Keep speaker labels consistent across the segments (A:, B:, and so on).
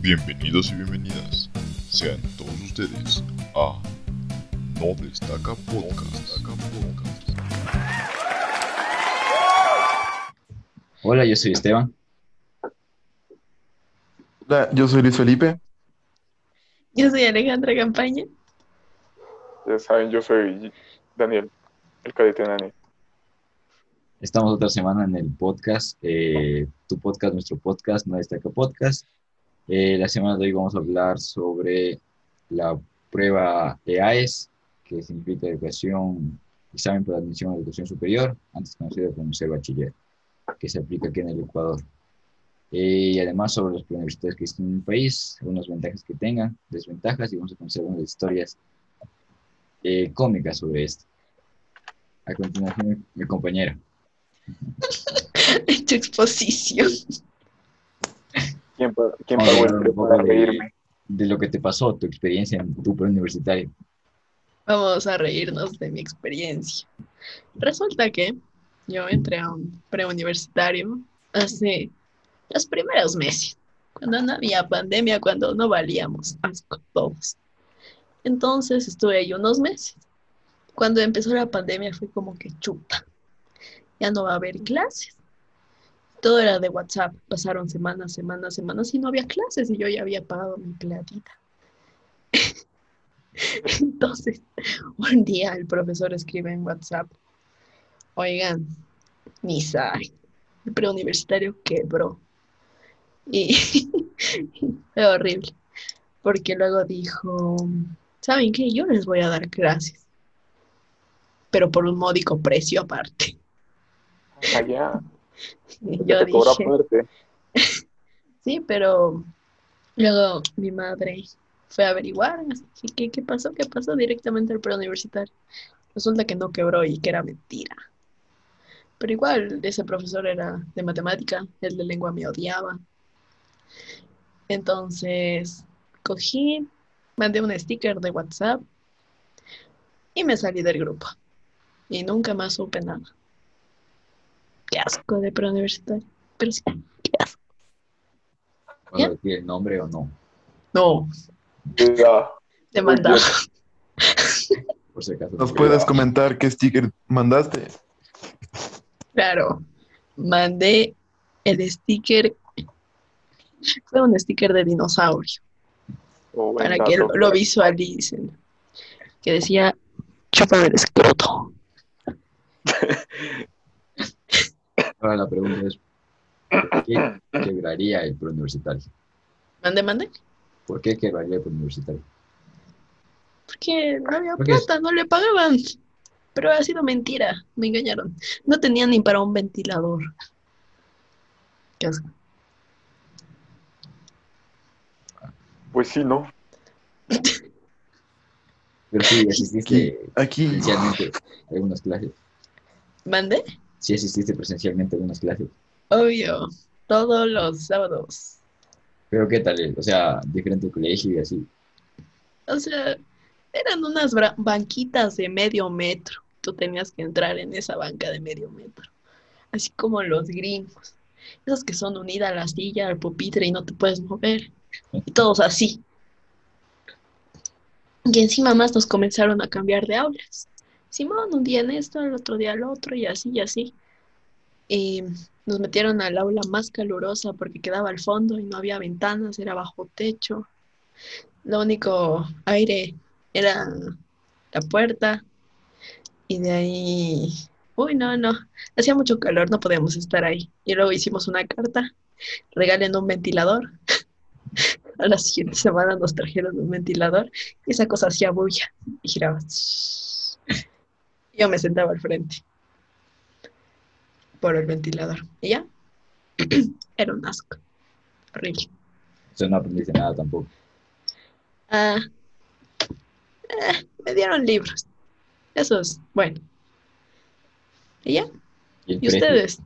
A: Bienvenidos y bienvenidas sean todos ustedes a No Destaca Podcast.
B: Hola, yo soy Esteban.
C: Hola, yo soy Luis Felipe.
D: Yo soy Alejandra Campaña.
E: Ya saben, yo soy Daniel, el cadete Daniel.
B: Estamos otra semana en el podcast, eh, tu podcast, nuestro podcast, No Destaca Podcast. Eh, la semana de hoy vamos a hablar sobre la prueba EAES, que significa Educación, Examen para Admisión a la Educación Superior, antes conocida como ser bachiller, que se aplica aquí en el Ecuador. Eh, y además sobre las universidades que existen en el país, algunas ventajas que tengan, desventajas, y vamos a conocer unas historias eh, cómicas sobre esto. A continuación, mi compañera.
D: Hecho exposición.
E: ¿Quién, pa- quién
B: Vamos a
E: pagó
B: hablar
E: el
B: un
E: precio
B: poco
E: para
B: de-
E: reírme?
B: De lo que te pasó, tu experiencia en tu preuniversitario.
D: Vamos a reírnos de mi experiencia. Resulta que yo entré a un preuniversitario hace los primeros meses, cuando no había pandemia, cuando no valíamos asco todos. Entonces estuve ahí unos meses. Cuando empezó la pandemia fue como que chuta. Ya no va a haber clases. Todo era de WhatsApp. Pasaron semanas, semanas, semanas y no había clases y yo ya había pagado mi platita. Entonces, un día el profesor escribe en WhatsApp, oigan, ni saben, el preuniversitario quebró. Y fue horrible, porque luego dijo, ¿saben qué? Yo les voy a dar clases, pero por un módico precio aparte.
E: Allá,
D: Y
E: yo
D: yo
E: te cobra
D: dije,
E: fuerte.
D: Sí, pero luego mi madre fue a averiguar, así que ¿qué pasó? ¿Qué pasó? Directamente al preuniversitario. Resulta que no quebró y que era mentira. Pero igual, ese profesor era de matemática, el de lengua me odiaba. Entonces, cogí, mandé un sticker de WhatsApp y me salí del grupo. Y nunca más supe nada. Qué asco de preuniversitario. Pero sí, qué asco.
B: ¿Vas a decir el nombre o no?
D: No,
E: Ya,
D: Te mandaba.
B: Por si acaso.
C: ¿Nos puedes comentar qué sticker mandaste?
D: Claro. Mandé el sticker. Fue un sticker de dinosaurio.
E: o buen
D: Para que lo,
E: dato.
D: lo visualicen. Que decía chupa el escroto.
B: Ahora la pregunta es, ¿por qué quebraría el preuniversitario?
D: Mandé, mandé.
B: ¿Por qué quebraría el preuniversitario?
D: Porque no había
B: ¿Por qué?
D: plata, no le pagaban. Pero ha sido mentira. Me engañaron. No tenía ni para un ventilador. Qué asco.
E: Pues sí, ¿no?
B: Pero sí,
C: Aquí,
B: asististe
C: aquí
B: presencialmente a algunas clases.
D: Mandé.
B: Sí, asististe presencialmente a algunas clases.
D: Obvio. Todos los sábados.
B: Pero ¿qué tal? eh? O sea, diferente colegio y así.
D: O sea, eran unas bra- banquitas de medio metro. Tú tenías que entrar en esa banca de medio metro. Así como los gringos. Esas que son unidas a la silla, al pupitre y no te puedes mover. Y todos así. Y encima más nos comenzaron a cambiar de aulas. Simón, un día en esto, el otro día al otro, y así, y así. Y nos metieron al aula más calurosa porque quedaba al fondo y no había ventanas, era bajo techo lo único aire era la puerta y de ahí, uy, no, no, hacía mucho calor, no podíamos estar ahí. Y luego hicimos una carta, regalen un ventilador. A la siguiente semana nos trajeron un ventilador y esa cosa hacía bulla y giraba. Yo me sentaba al frente por el ventilador. Y ya, era un asco. Horrible.
B: O sea, no aprendiste nada tampoco.
D: Ah, eh, me dieron libros. Eso es bueno. ¿Y ya?
B: ¿Y, el
D: ¿Y
B: precio?
D: ustedes?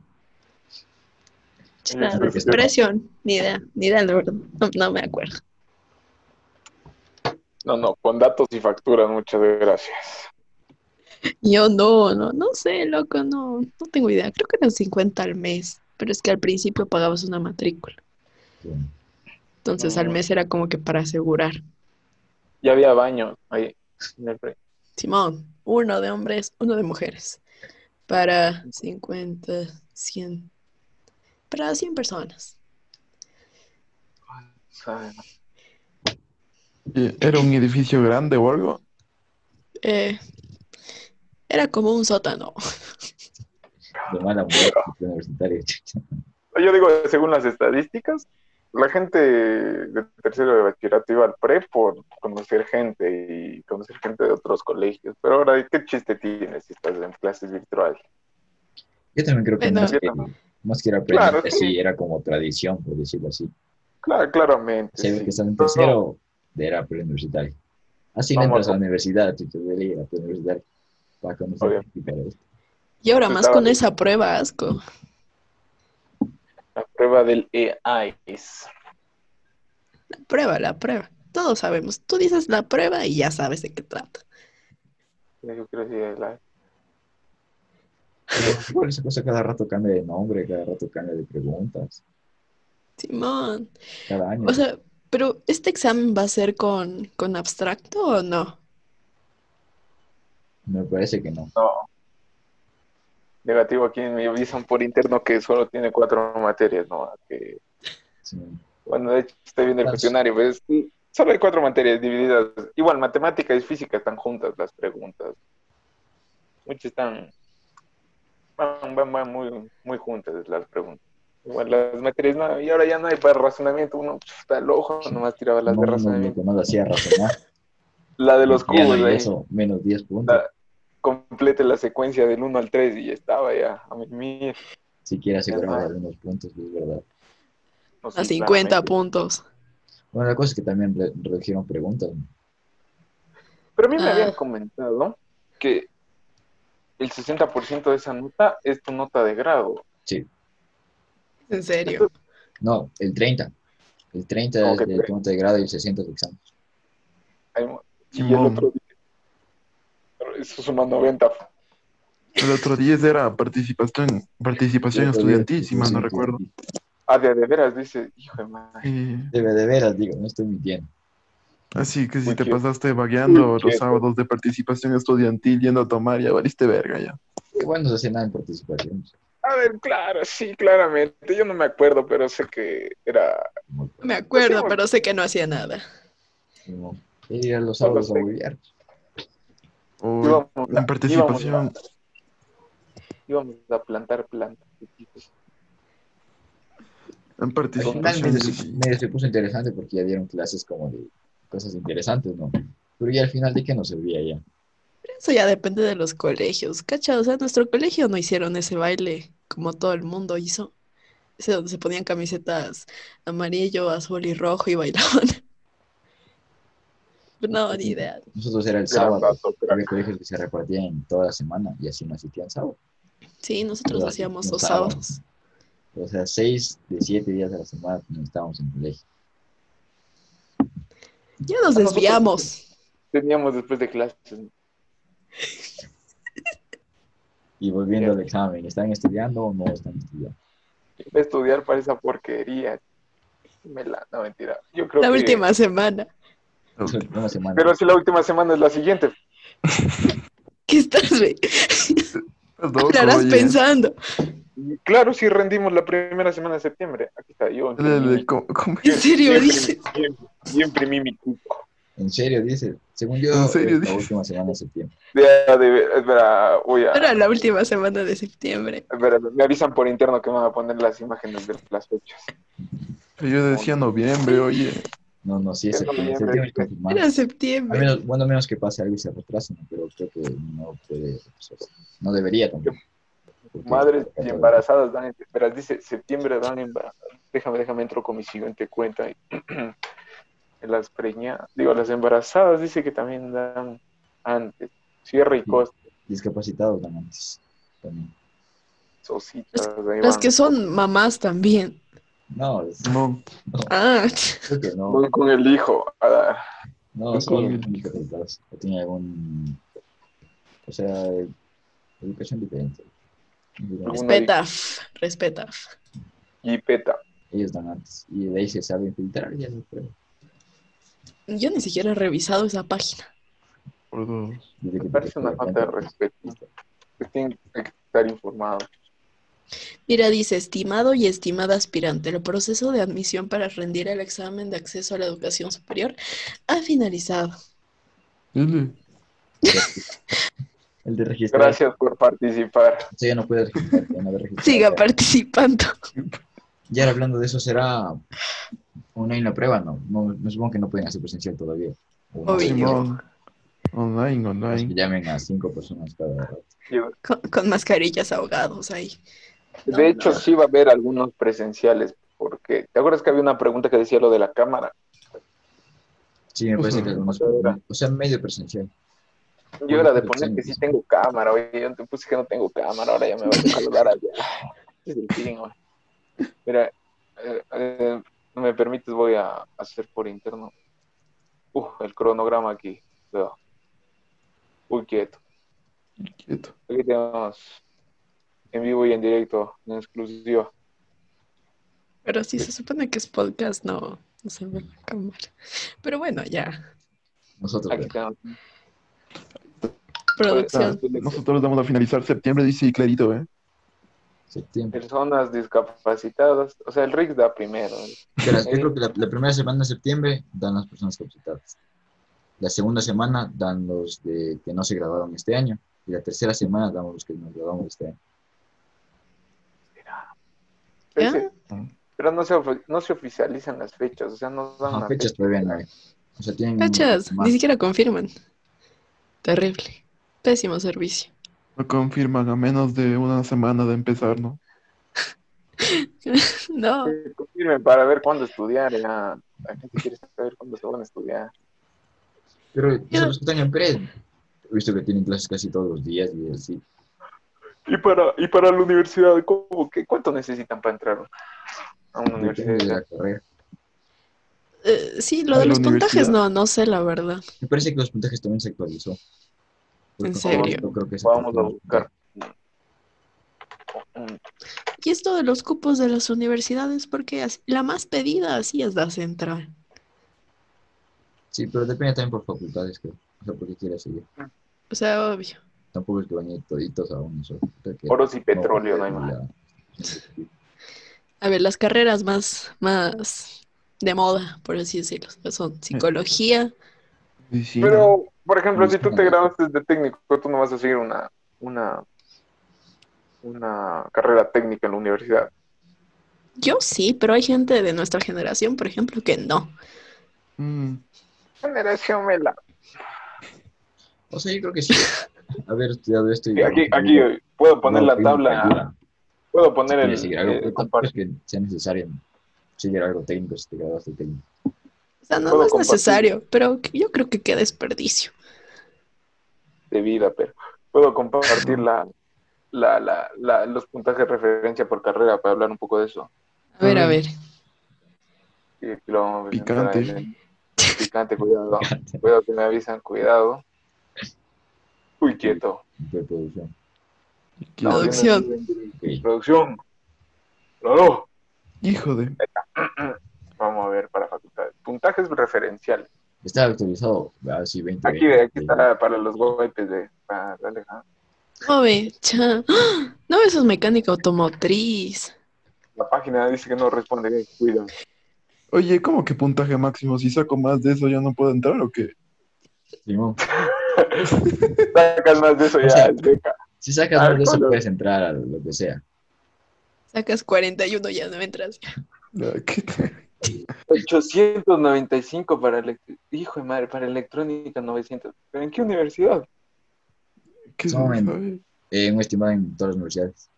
E: Yo
D: Nada,
E: creo
B: que sí.
D: presión. Ni idea, ni idea, la verdad. No, no me acuerdo.
E: No, no, con datos y facturas, muchas gracias.
D: Yo no, no, no sé, loco, no, no tengo idea. Creo que eran 50 al mes, pero es que al principio pagabas una matrícula.
B: Bueno,
D: Entonces
E: Ah.
D: al mes era como que para asegurar.
E: Ya había baños ahí en el pre.
D: Simón, uno de hombres, uno de mujeres. Para 50, 100. Para 100 personas.
E: O sea,
C: Eh, ¿Era un edificio grande o algo?
D: Eh, era como un sótano.
B: De mala mujer universitaria.
E: Yo digo, según las estadísticas, la gente de tercero de bachillerato iba al pre por conocer gente y conocer gente de otros colegios. Pero ahora, ¿qué chiste tienes si estás en clases virtuales?
B: Yo también creo que
D: Bueno.
B: más que, más que era aprender,
E: Claro, sí.
B: sí, era como tradición, por decirlo así.
E: Claro, claramente.
B: Se ve
E: sí.
B: que estás en
E: No,
B: tercero, era preuniversitario. Así no
E: Vamos
B: entras a
E: a-
B: la universidad, tú te deberías ir a preuniversitario para conocer
E: Obvio.
B: y para esto.
D: Y ahora
E: Se
D: más
E: estaba-
D: con esa prueba, asco.
E: La prueba del AI es...
D: La prueba, la prueba. Todos sabemos. Tú dices la prueba y ya sabes de qué trata.
E: Yo quiero decir el AI.
B: Pero igual esa cosa cada rato cambia de nombre, cada rato cambia de preguntas,
D: Simón.
B: cada
E: Mm.
B: año.
D: O sea, pero ¿este examen va a ser con, con abstracto o no?
B: Me parece que no.
E: No. Negativo, aquí me avisan por interno que solo tiene cuatro materias, ¿no? Que,
B: Sí.
E: bueno, de hecho, estoy viendo el
B: Las-
E: cuestionario, pero es- solo hay cuatro materias divididas. Igual, matemática y física están juntas las preguntas. Muchas están. Van, van, van muy, muy juntas las preguntas. Igual las materias, no, y ahora ya no hay para razonamiento. Uno pf, está al ojo, nomás tiraba las
B: No,
E: de
B: no, no,
E: razonamiento.
B: que no lo hacía razonar.
E: La de los
B: Ya no
E: cubos,
B: hay
E: ahí.
B: eso, menos 10 puntos.
E: La- complete la secuencia del 1 al 3 y ya estaba ya. A mí, mí,
B: Siquiera aseguramos
E: Ajá.
B: algunos puntos, es verdad.
E: no sé,
D: A 50
E: claramente.
D: puntos.
B: Bueno, la cosa es que también re- redujeron preguntas.
E: Pero a mí me
D: Ah.
E: habían comentado que el 60% de esa nota es tu nota de grado.
D: En
E: Pues,
D: serio.
B: No, el 30. El 30
E: ¿Cómo
B: es
E: que
B: de
E: tre-
B: pregunta de grado y el 60 es de examen.
E: Hay mo- Y el
C: Simón.
E: otro dice, pero eso suma 90.
C: El otro 10 era participación, participación estudiantil, si mal no
B: Sí,
C: recuerdo.
E: Ah, de, de veras, dice, hijo de madre.
C: Eh,
B: De, de veras, digo, no estoy mintiendo.
C: así que si
E: Muy
C: te
E: cierto.
C: pasaste vagueando
E: Muy
C: los
E: cierto.
C: sábados de participación estudiantil yendo a tomar, ya valiste verga ya.
B: Igual no se hace nada en participación.
E: A ver, claro, sí, claramente. Yo no me acuerdo, pero sé que era...
B: Como-
D: Me acuerdo,
E: pues Sí,
D: pero sé que no hacía nada.
B: como ir a los sábados a
E: Solo sé-
B: huevear.
C: O
E: Íbamos a-
C: en participación,
E: íbamos a- Íbamos a plantar plantas. pues,
C: en
B: Al final medio se,
C: participación.
B: medio se puso interesante porque ya dieron clases como de cosas interesantes, ¿no? Pero ya al final de que no servía ya.
D: Eso ya depende de los colegios, ¿cacha? O sea, en nuestro colegio no hicieron ese baile como todo el mundo hizo. Ese donde se ponían camisetas amarillo, azul y rojo y bailaban. No, ni idea.
B: Nosotros era el
E: Gran
B: sábado.
E: dato, crack.
B: Había colegios que se repartían toda la semana y así no asistían sábado.
D: Sí, nosotros
B: Los-
D: hacíamos
B: los
D: los
B: sábados.
D: sábados.
B: O sea, seis de siete días a la semana no estábamos en colegio.
D: Ya nos
E: A nosotros-
D: desviamos.
E: Teníamos después de clases.
B: Y volviendo al
E: Cierto.
B: examen, ¿están estudiando o no están estudiando?
E: Voy a estudiar para esa porquería. Me la- no, mentira. Yo creo
D: La
E: que-
D: última semana.
B: Una semana.
E: Pero si la última semana es la siguiente.
D: ¿Qué estás, güey?
C: Estás loco,
D: Estarás
C: oye.
D: pensando.
E: Claro, si rendimos la primera semana de septiembre. Aquí está, yo.
C: Le-
E: imprimí
C: le- ¿cómo- cómo-
E: mi-
D: ¿En serio
E: yo imprimí-
D: dices?
E: Yo imprimí- yo imprimí mi cupo.
B: En serio, dice. Según yo,
C: En serio,
B: es la
C: dice.
B: última semana de septiembre.
E: De, de- espera, voy a.
D: Era la última semana de septiembre.
E: espera, me avisan por interno que me van a poner las imágenes de las fechas.
C: Yo decía noviembre, oye.
B: No, no, sí es
E: Es
B: septiembre.
E: noviembre,
B: septiembre es
E: dice.
B: confirmado.
D: Era
B: A
D: septiembre.
B: menos, bueno, a menos que pase algo y se retrase, ¿no? pero creo que no puede retrasarse. No debería tampoco. Porque-
E: Madres y embarazadas dan. Verás, dice septiembre dan embarazadas. Déjame, déjame, entro con mi siguiente cuenta. las preñadas. Digo, las embarazadas dice que también dan antes. Cierre y
B: Sí.
E: costo.
B: Discapacitados van antes. También.
E: Sositas, ahí
D: Las
E: van.
D: que son mamás también.
B: No, es-
C: No,
D: Ah,
B: creo que no.
E: Voy con el hijo. ah,
B: No,
C: Con
B: solo
C: COVID.
B: discapacitados. O tiene algún. O sea, educación diferente.
E: Alguna
D: respeta, respeta.
E: y peta.
B: ellos dan antes. Y de ahí se sabe filtrar y hacer pruebas.
D: Yo ni siquiera he revisado esa página.
C: Por dos.
B: Desde que te
E: Me parece una
B: prestas
E: falta de
B: cuenta,
E: respeto.
B: listo.
E: que Tienen que estar informados.
D: Mira, dice, estimado y estimada aspirante, el proceso de admisión para rendir el examen de acceso a la educación superior ha finalizado.
C: Dile.
B: El de registrar.
E: Gracias por participar.
B: Sí, ya no puede registrar. ya no registrar.
D: Siga
B: Ya.
D: participando.
B: Y ahora hablando de eso, será online la prueba, ¿no? No, no supongo que no pueden hacer presencial todavía. O no
D: Obvio.
B: sé,
C: Simón. Online,
B: más que
C: online.
B: llamen a cinco personas cada rato.
E: Yo-
D: Con, con mascarillas ahogados ahí. No,
E: De hecho,
D: no.
E: sí va a haber algunos presenciales, porque ¿te acuerdas que había una pregunta que decía lo de la cámara?
B: Sí, me parece que es lo más.
E: Ahora.
B: O sea, medio presencial.
E: Yo era de
B: pues,
E: poner que sí tengo cámara, oye, yo te puse que no tengo cámara, ahora ya me vas a saludar allá. Es el feeling, oye. Mira, eh, eh, me permites, voy a hacer por interno. Uf, el cronograma aquí. veo. Uy, quieto.
C: Quieto.
E: Aquí tenemos en vivo y en directo, en exclusiva.
D: Pero sí se supone que es podcast, no, no se ve la cámara. Pero bueno, ya.
B: Nosotros.
E: Aquí
B: ¿verdad?
E: tenemos.
D: Producción.
C: Nosotros vamos a finalizar septiembre, dice clarito, ¿eh?
B: Septiembre.
E: personas discapacitadas. O sea, el RIX da primero.
B: Pero yo creo que la, la primera semana de septiembre dan las personas capacitadas. La segunda semana dan los de, que no se graduaron este año. Y la tercera semana damos los que nos graduamos este año.
D: ¿Ya?
E: Ese- Pero no se, ofi- no se oficializan las fechas, o sea, no dan
B: Ajá,
E: una
B: fechas
E: fecha.
B: todavía no hay. O sea, tienen.
D: Cachas,
B: más.
D: ni siquiera confirman. Terrible. Pésimo servicio.
C: No confirman a menos de una semana de empezar, ¿no?
D: No,
E: Que confirmen para ver cuándo estudiar. ya. La gente quiere saber cuándo se van a estudiar.
B: Pero se los que están en pre. He visto que tienen clases casi todos los días y así.
E: ¿Y para, y para la universidad? ¿cómo, qué, ¿Cuánto necesitan para entrar a
B: Depende
E: una
B: de
E: universidad?
B: la carrera.
D: eh, sí, lo
C: A
D: de
C: la
D: los puntajes
C: universidad.
D: no, no sé la verdad.
B: Me parece que los puntajes también se actualizó.
D: ¿En
B: Porque
D: serio?
B: yo creo que se
E: Vamos a
B: actualizó.
E: buscar. un-
D: Y esto de los cupos de las universidades, porque así- la más pedida así es la central.
B: Sí, pero depende también por facultades, creo. O sea, porque quieras seguir.
D: O sea, obvio.
B: Tampoco es que van a ir toditos a uno solo. Creo que-
E: Oros y petróleo, no hay más.
B: la-
D: A ver, las carreras más, más de moda, por así decirlo, son psicología.
C: Medicina.
E: Pero, por ejemplo, si tú te
B: Medicina.
E: graduaste de técnico, tú no vas a seguir una, una, una carrera técnica en la universidad.
D: Yo sí, pero hay gente de nuestra generación, por ejemplo, que no.
C: Mm,
E: Generación mela.
B: O sea, yo creo que sí. Haber estudiado esto y.
E: Sí, Aquí, aquí puedo poner la tabla, puedo poner el,
B: Sí,
E: eh,
B: algo, tampoco
E: compar-
B: es que sea necesario seguir algo técnico si te graduaste técnico.
D: O sea, no, no
E: Puedo
D: es
E: compartir.
D: necesario, pero que- yo creo que qué desperdicio.
E: de vida, pero puedo compartir la, la, la, la- los puntajes de referencia por carrera para hablar un poco de eso.
D: A ver, a
C: Ah.
D: ver.
E: Y aquí lo vamos a presentar
C: Picante.
E: en el- Picante, cuidado. Cuidado que me avisan, cuidado. Uy, quieto.
B: de producción.
C: quieto.
D: No, Producción.
B: Ok.
E: Producción. Claro.
C: Hijo de.
E: Vamos a ver para facultades. Puntajes referenciales.
B: Está actualizado, así 20.
E: Aquí, ve, aquí está para los golpes de. para Alejandro.
D: No ve, cha. ¡Ah! No, eso es mecánica automotriz.
E: La página dice que no responde bien. Cuidado.
C: Oye, ¿cómo que puntaje máximo? Si saco más de eso, ¿ya no puedo entrar o qué?
B: Simón,
E: Sacas más de eso
B: O sea,
E: ya. es beca.
B: si sacas
E: A
B: más
E: ver,
B: de eso,
E: ¿cuándo?
B: puedes entrar a lo que sea.
D: Sacas 41, ya no entras.
C: Ya, ¿qué te-
E: 895 para electrónica. Hijo de madre, para electrónica 900. ¿Pero en qué universidad?
C: qué
B: No,
C: se
B: en-
C: sabe?
B: Eh, un estimado en todas las universidades.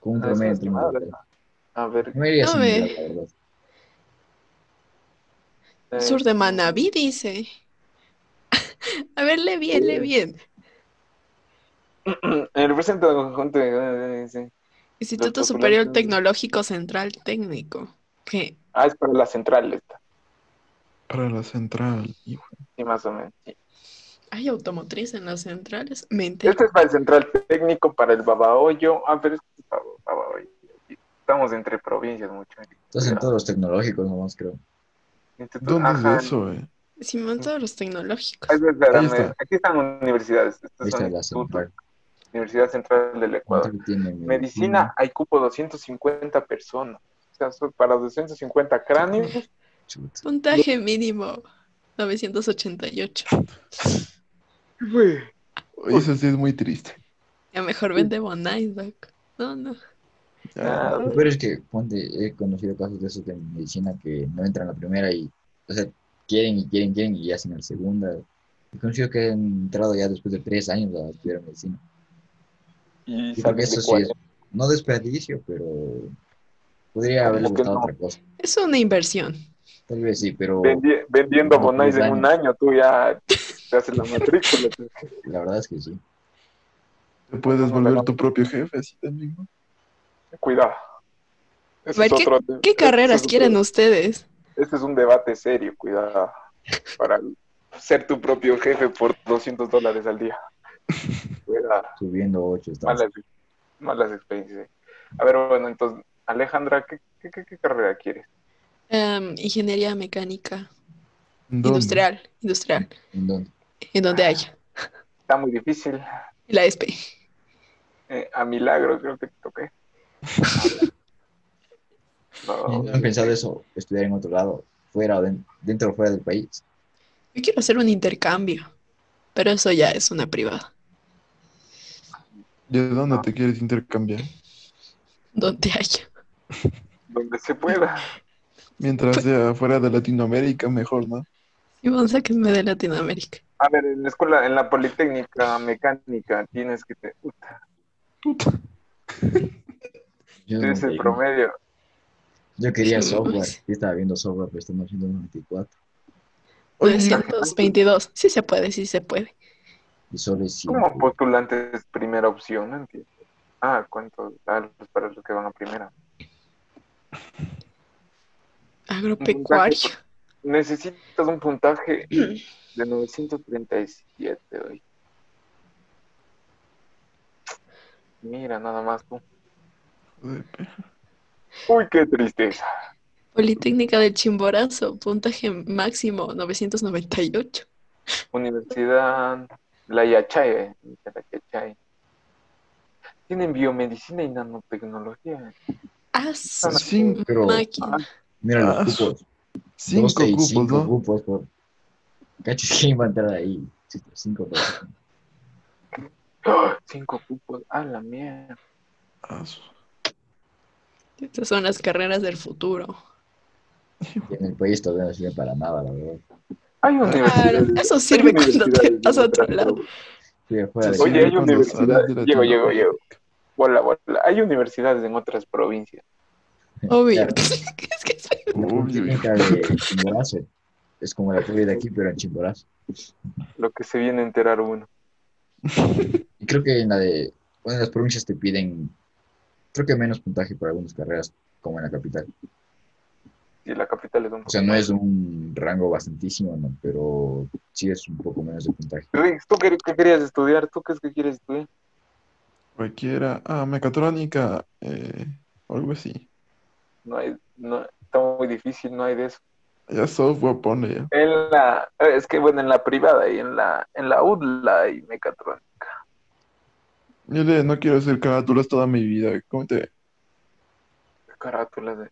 B: Con un
E: Ah, es
B: promedio
E: una
B: de
E: estimada,
B: 30.
E: ¿verdad? A ver.
B: No iría
D: No,
B: sin
D: ve.
B: mirar, la verdad.
E: eh,
D: Sur de Manabí dice. A ver, lee bien, lee bien.
E: En el presente de conjunto. eh, eh, sí.
D: Instituto
E: Los
D: Superior
E: populares-
D: Tecnológico Central Técnico. ¿Qué?
E: Ah, es para la central esta.
C: Para la central. hijo.
E: Sí, más o menos. sí.
D: ¿Hay automotriz en las centrales? Mente.
E: Este es para el central técnico, para el babahoyo. Ah, pero este es para babahoyo. Estamos entre provincias, muchachos.
B: Entonces en todos los tecnológicos nomás, creo.
E: Instituto-
C: ¿Dónde
E: Ajá,
C: es eso, eh?
D: Simón, todos los tecnológicos.
E: es verdad,
C: Ahí
E: me-
C: está.
E: aquí están universidades. Estas
B: Esta
E: son
B: es la
E: institutos.
B: central.
E: Universidad Central del
B: ¿Cuánto
E: Ecuador.
B: que tiene?
E: Medicina, hay cupo 250 personas. O sea, son para 250 cráneos,
B: Chuta.
D: Puntaje mínimo 988.
C: Eso sí es muy triste.
D: Ya mejor vende Bonais, Doc. No, no.
C: Ah,
B: Lo peor es que, ponte, he conocido casos de esos de medicina que no entran a la primera y, o sea, quieren y quieren, quieren y hacen la segunda. He conocido que han entrado ya después de tres años a estudiar medicina.
E: y
B: Yo creo que
E: salen de
B: eso sí es,
E: 40.
B: no desperdicio, pero podría
E: Como
B: haberle
E: que
B: gustado
E: no.
B: otra cosa.
D: Es una inversión.
B: Tal vez sí, pero
E: Vendi- vendiendo
B: Como
E: bonais
B: tres
E: en un año, tú ya te haces la matrícula.
B: la verdad es que sí.
C: Te puedes volver tu propio jefe, así también, ¿no?
E: Cuidado.
D: A
E: Ese
D: ver,
E: es otro de-
D: ¿Qué carreras
E: ese es
D: quieren
E: otro-
D: ustedes?
E: Ese es un debate serio, cuidado. Para ser tu propio jefe por 200 dólares al día. Cuidado.
B: Subiendo ocho, está.
E: Malas, malas experiencias. A ver, bueno, entonces, Alejandra, ¿qué, qué, qué- qué carrera quieres?
D: Em, ingeniería mecánica.
C: ¿Dónde?
D: Industrial. Industrial.
B: ¿En dónde?
D: En donde haya.
E: Está muy difícil.
D: En La E SP.
E: Eh, a milagro creo que te toqué.
C: Oh,
E: No,
B: ¿No han pensado eso? Estudiar en otro lado, fuera, o den- dentro o fuera del país.
D: Yo quiero hacer un intercambio. Pero eso ya es una privada.
C: ¿De dónde te quieres intercambiar?
D: Donde haya.
E: donde se pueda.
C: Mientras sea fuera de Latinoamérica, mejor, ¿no?
D: Y vamos a que me de Latinoamérica.
E: A ver, en la escuela, en la Politécnica Mecánica, tienes que te... puta,
B: Yo,
E: tienes el
B: nunca-
E: promedio.
B: yo quería
D: Sí.
B: software, yo estaba viendo software, pero estamos haciendo 94.
D: 922. Sí se puede, sí se puede.
B: Y solo es 100.
E: ¿Cómo pues? postulante es primera opción? No entiendo. Ah, ¿cuántos? Ah, pues para los que van a primera.
D: Agropecuario.
E: Necesitas un puntaje de 937 hoy. Mira, nada más tú. Uy, qué tristeza.
D: Politécnica del Chimborazo. Puntaje máximo 998.
E: Universidad La eh, Yachay. La Yachay. Tienen biomedicina y nanotecnología.
D: Ah, su
C: Cinco.
B: Pero
D: máquina.
B: mira
C: Ah,
B: los cupos.
C: Cinco
B: 12 y
C: cupos,
B: cinco
C: ¿no?
B: cupos por. Cacho, ¿quién va a entrar ahí? Chuta, Cinco cupos.
E: ¡Ah! Cinco cupos. Ah, la mierda.
C: Ah, su-
D: Estas son las carreras del futuro.
B: Y En el país todavía no sirve para nada, la verdad.
E: Hay universidades.
D: Claro, Ah, eso sirve
E: Ah, hay
D: cuando te
E: universidades
D: vas a otro
E: detrás,
D: lado.
E: pero-
B: Fui afuera de
C: Sí,
E: Oye, hay
C: cuando
E: universidades.
C: sales de
E: Llego, llego,
C: Latinoamérica.
E: llego. Bola, bola. Hay universidades en otras provincias.
D: Obvio.
B: Claro.
D: es que soy-
B: La
C: Obvio, hijo.
B: clínica de Chimborazo. Es como la tuya de aquí, pero en Chimborazo.
E: Lo que se viene a enterar uno.
B: Y creo que en la de. Bueno, en las provincias te piden. Creo que menos puntaje para algunas carreras, como en la capital.
E: Y la capital es un
B: O sea, no es un rango bastantísimo, ¿no? pero sí es un poco menos de puntaje.
E: Rix, ¿tú qué, qué querías estudiar? ¿Tú qué es que quieres estudiar?
C: Cualquiera. Ah, mecatrónica, eh, o algo así.
E: No hay, no, está muy difícil, no hay de eso.
C: Ya software pone ya.
E: En la, es que bueno, en la privada y en la, en la UDLA y mecatrónica.
C: Yo le- no quiero hacer carátulas toda mi vida. ¿Cómo te...?
E: Carátulas de.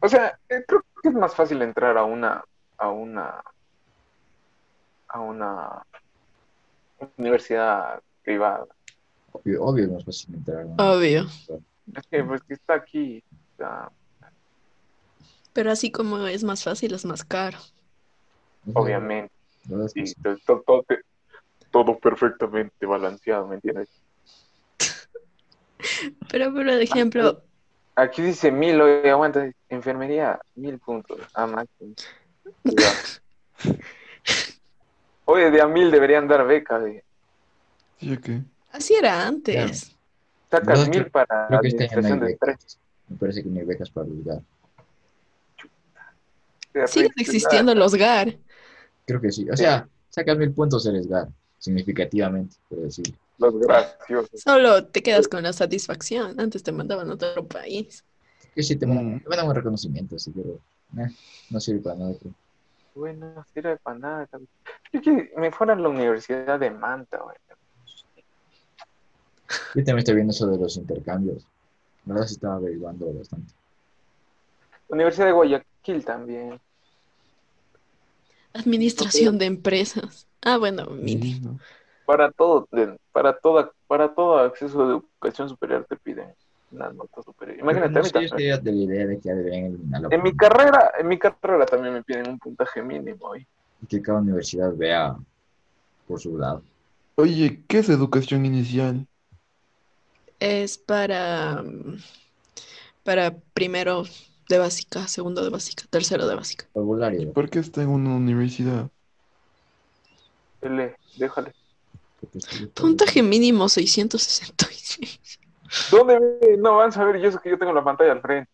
E: O sea, eh, creo que es más fácil entrar a una, a una, a una universidad privada.
B: Obvio, obvio es más fácil entrar. ¿no?
D: Obvio.
E: Es que pues que está aquí. está-
D: Pero así como es más fácil, es más caro.
B: Es la-
E: obviamente,
B: la verdad es que
E: sí,
B: sí.
E: to- to- todo, te- todo perfectamente balanceado, ¿me entiendes?
D: Pero, por ejemplo,
E: Aquí dice mil, oye, aguanta, enfermería, mil puntos, Ah, a máximo. Cuidado. Oye, de a mil deberían dar beca, de.
C: Sí, ¿o qué?
D: así era antes.
E: Sacas
B: No,
E: mil para
B: Creo que este año no hay
E: administración de
B: becas.
E: estrés.
B: Me parece que no hay becas para lugar.
E: de
D: Siguen
E: Rix,
D: existiendo los GAR.
B: Creo que sí. O sea, sacas mil puntos eres GAR, significativamente, por decir.
E: Los graciosos.
D: Solo te quedas con la satisfacción. Antes te mandaban a otro país.
B: que sí te van,
C: Mm.
B: te van a un reconocimiento, así, pero nah, no sirve para nada. creo.
E: Bueno, no sirve para nada. también. Yo que me fuera a la Universidad de Manta, güey.
B: Yo también estoy viendo eso de los intercambios. La verdad sí estaba averiguando bastante.
E: Universidad de Guayaquil también.
D: Administración de empresas. Ah, bueno, mini.
E: Para todo, de- para toda, para todo acceso a educación superior te piden una nota superior. Imagínate,
B: Pero
E: a
B: no sé,
E: mí
B: yo
E: también.
B: estoy de la idea de que ya deberían eliminarlo.
E: En mi carrera, en mi carrera también me piden un puntaje mínimo. Y
B: Y que cada universidad vea por su lado.
C: Oye, ¿qué es educación inicial?
D: Es para, mm, para primero de básica, segundo de básica, tercero de básica.
B: Vocabulario,
C: ¿Por qué está en una universidad?
E: dele, déjale.
B: porque estoy-
D: Puntaje mínimo 666.
E: ¿Dónde ve? No van a ver, yo sé que yo tengo la pantalla al frente.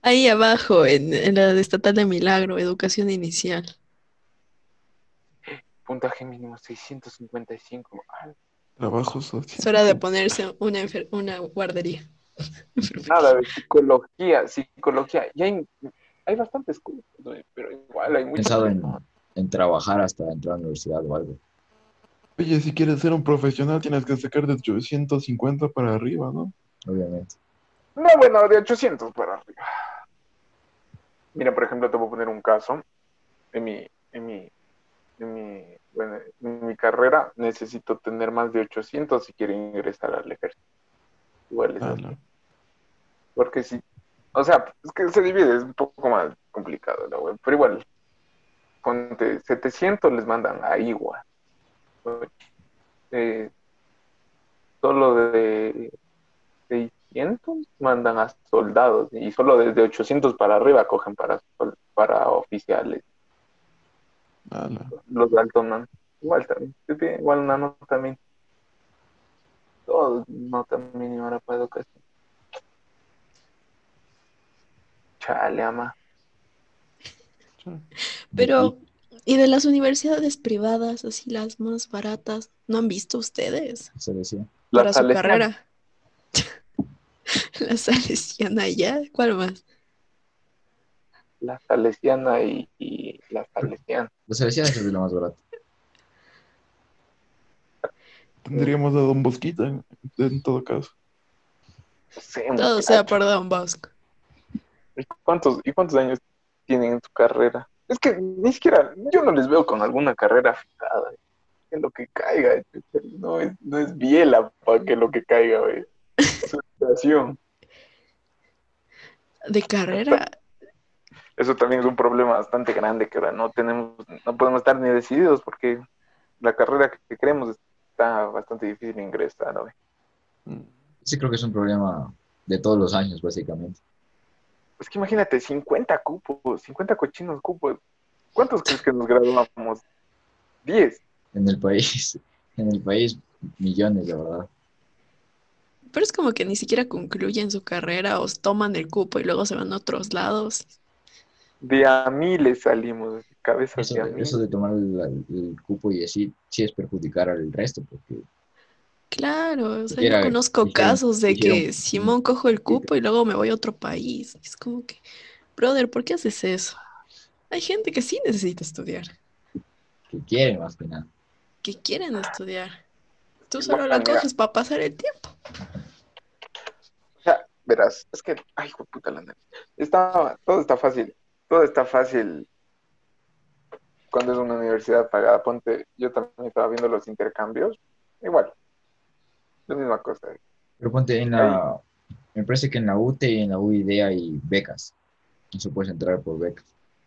D: Ahí abajo, en, en la de estatal de Milagro, educación inicial.
E: Puntaje mínimo 655. Ah,
C: Trabajo
D: Es
C: social.
D: hora de ponerse una, enfer- una guardería.
E: Nada, de psicología, psicología. Y hay, hay bastantes cosas, güey, pero igual hay muchas.
B: pensado en, en trabajar hasta entrar a la universidad o algo.
C: Oye, si quieres ser un profesional tienes que sacar de 850 para arriba, ¿no?
B: Obviamente.
E: No, bueno, de 800 para arriba. Mira, por ejemplo, te voy a poner un caso. En mi, en mi, en mi, bueno, en mi carrera necesito tener más de 800 si quiero ingresar al ejército. Igual es
C: Ah,
E: así.
C: no.
E: Porque si, o sea, es que se divide, es un poco más complicado la web, pero igual, con 700 les mandan a Igua. Eh, solo de 600 mandan a soldados y solo desde 800 para arriba cogen para, sol- para oficiales,
C: Ah, no.
E: los altos man. Igual también, te piden igual una nota también. Todo nota mínima ahora para educación. Chale, ama.
C: Chao.
D: Pero, ¿y de las universidades privadas, así las más baratas, no han visto ustedes
B: Se decía.
E: La
D: para su
E: Salesiana.
D: carrera? La salesiana ya, ¿cuál más?
E: La salesiana y, y la salesiana.
B: Los salesianos es lo más barato.
C: Tendríamos a Don Bosquita en, en todo caso.
E: Sí,
D: Todo
E: muchacho.
D: sea por Don Bosco.
E: ¿Y cuántos, ¿Y cuántos años tienen en su carrera? Es que ni siquiera, yo no les veo con alguna carrera fijada. Que lo que caiga, chucha, no es, no es biela para que lo que caiga, güey. Es una situación.
D: De carrera,
E: Eso también es un problema bastante grande que ahora no tenemos, no podemos estar ni decididos porque la carrera que queremos está bastante difícil de ingresar, güey.
C: Mm.
B: Sí creo que es un problema de todos los años, básicamente.
E: Es Pues que imagínate, 50 cupos, 50 cochinos cupos. ¿Cuántos crees que nos graduamos? 10.
B: En el país, en el país, millones, de verdad.
D: pero es como que ni siquiera concluyen su carrera o toman el cupo y luego se van a otros lados.
E: De a miles salimos, así, cabezas
B: Eso
E: de a
B: de,
E: miles.
B: eso de tomar el, el cupo y así, sí es perjudicar al resto, porque
D: Claro, o sea,
B: Siquiera
D: yo conozco
B: dijeron-
D: casos de
B: dijeron,
D: que
B: "Mm,
D: Simón cojo el cupo y luego me voy a otro país. Es como que, brother, ¿por qué haces eso? Hay gente que sí necesita estudiar,
B: que quieren más que nada.
D: que quieren estudiar. Tú
E: Igual,
D: solo la
E: mira.
D: coges para pasar el tiempo.
E: O sea, verás, es que, ay, hijo de puta la nariz. Está, todo está fácil, todo está fácil cuando es una universidad pagada. Ponte, yo también estaba viendo los intercambios, igual, la misma cosa.
B: Pero ponte en la. Me parece que en la UT y en la UID hay becas. Eso puedes entrar por becas.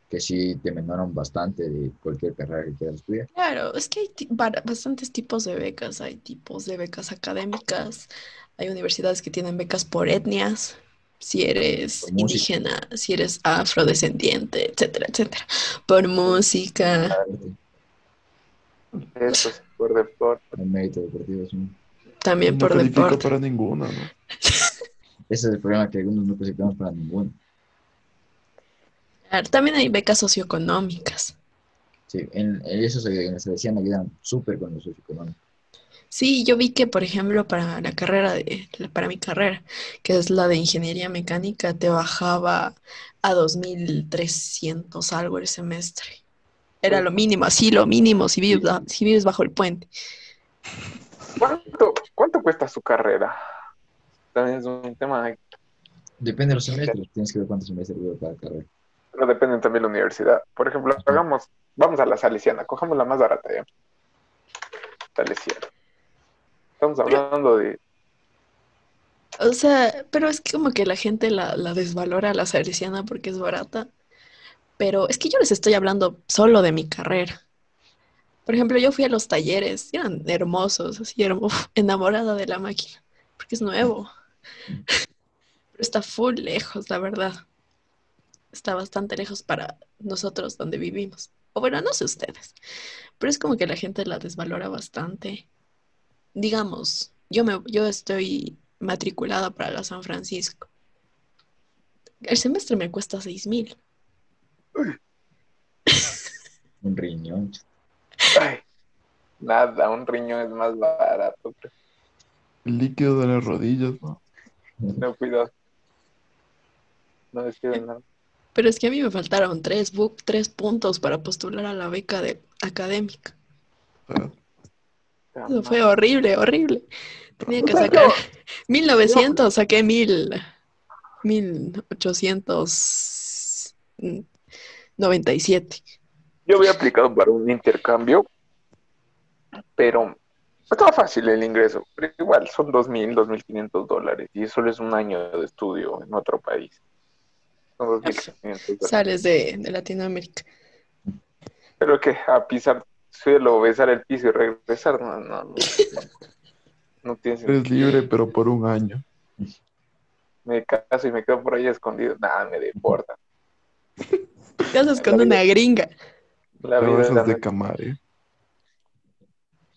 B: Que sí te menoran bastante de cualquier carrera que quieras estudiar.
D: Claro, es que hay ti- bar- bastantes tipos de becas. Hay tipos de becas académicas, hay universidades que tienen becas por etnias, si eres
B: Por música.
D: indígena, si eres afrodescendiente, etcétera, etcétera. Por música.
E: Esto es por deporte.
B: El mérito deportivo es un-
D: También
C: pues, no
D: por
C: califico
D: deporte.
C: para ninguna, ¿no?
B: Ese es el problema que algunos no clasificamos para ninguno.
D: Claro, También hay becas socioeconómicas.
B: Sí, en, en eso se, en la selección ayudan súper con los socioeconómicos.
D: Sí, yo vi que, por ejemplo, para la carrera de, para mi carrera, que es la de ingeniería mecánica, te bajaba a 2.300 algo el semestre. Era lo mínimo, así lo mínimo, si vives, si vives bajo el puente.
E: ¿Cuánto, cuánto cuesta su carrera? También es un tema,
B: Depende de los semestres, tienes que ver cuántos semestres dura cada carrera.
E: pero depende también de la universidad. Por ejemplo, hagamos, vamos a la Salesiana, cojamos la más barata ya. Salesiana. Estamos hablando de
D: O sea, pero es que como que la gente la, la desvalora a la salesiana porque es barata. Pero es que yo les estoy hablando solo de mi carrera. Por ejemplo, yo fui a los talleres, y eran hermosos, así hermo- uf, enamorada de la máquina, porque es nuevo. Pero está full lejos, la verdad. Está bastante lejos para nosotros donde vivimos. O bueno, no sé ustedes, pero es como que la gente la desvalora bastante digamos, yo me, yo estoy matriculada para la San Francisco. El semestre me cuesta seis mil.
B: Un riñón.
E: Ay, nada, un riñón es más barato. pero
C: El líquido de las rodillas, ¿no?
E: No, cuidado. No les pido nada.
D: Pero es que a mí me faltaron tres, bu- tres puntos para postular a la beca de académica.
C: O sea,
D: Eso fue horrible, horrible. Tenía que
E: O sea,
D: sacar
E: yo-
D: 1900, saqué 1000, 1897.
E: Yo había aplicado para un intercambio, pero estaba fácil el ingreso. Pero igual son 2.000, 2.500 dólares y solo es un año de estudio en otro país. Son 2.500 dólares.
D: Sales de, de Latinoamérica.
E: Pero que a pisar suelo, besar el piso y regresar, no, no, no. No tiene sentido.
C: eres libre, pero por un año.
E: Me caso y me quedo por ahí escondido. Nada, me deporta.
D: Te Casas con
E: La
D: una gringa.
E: La
C: Pero
E: vida
C: esas de
E: también
C: Camare.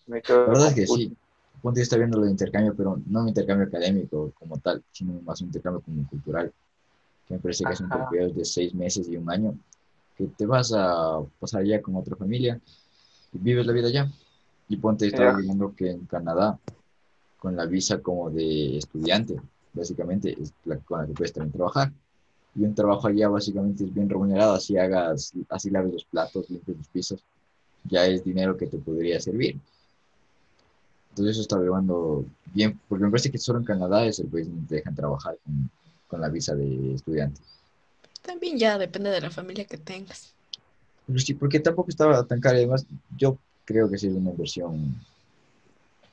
E: me quedo
B: La verdad es
E: con
B: que
E: Putin.
B: sí. Punto yo está viendo lo de intercambio, pero no un intercambio académico como tal, sino más un intercambio como cultural. Que me parece que es un
E: Ajá.
B: periodo de seis meses y un año. Que te vas a pasar allá con otra familia y vives la vida allá. Y ponte, estaba
E: Ya.
B: viendo que en Canadá, con la visa como de estudiante, básicamente es la con la que puedes también trabajar. Y un trabajo allá básicamente es bien remunerado, así hagas, así laves los platos, limpies los pisos, ya es dinero que te podría servir. Entonces eso está llevando bien, porque me parece que solo en Canadá es el país donde te dejan trabajar con, con la visa de estudiante.
D: También ya depende de la familia que tengas.
B: Pero sí, porque tampoco estaba tan caro. Además, yo creo que sí es una inversión,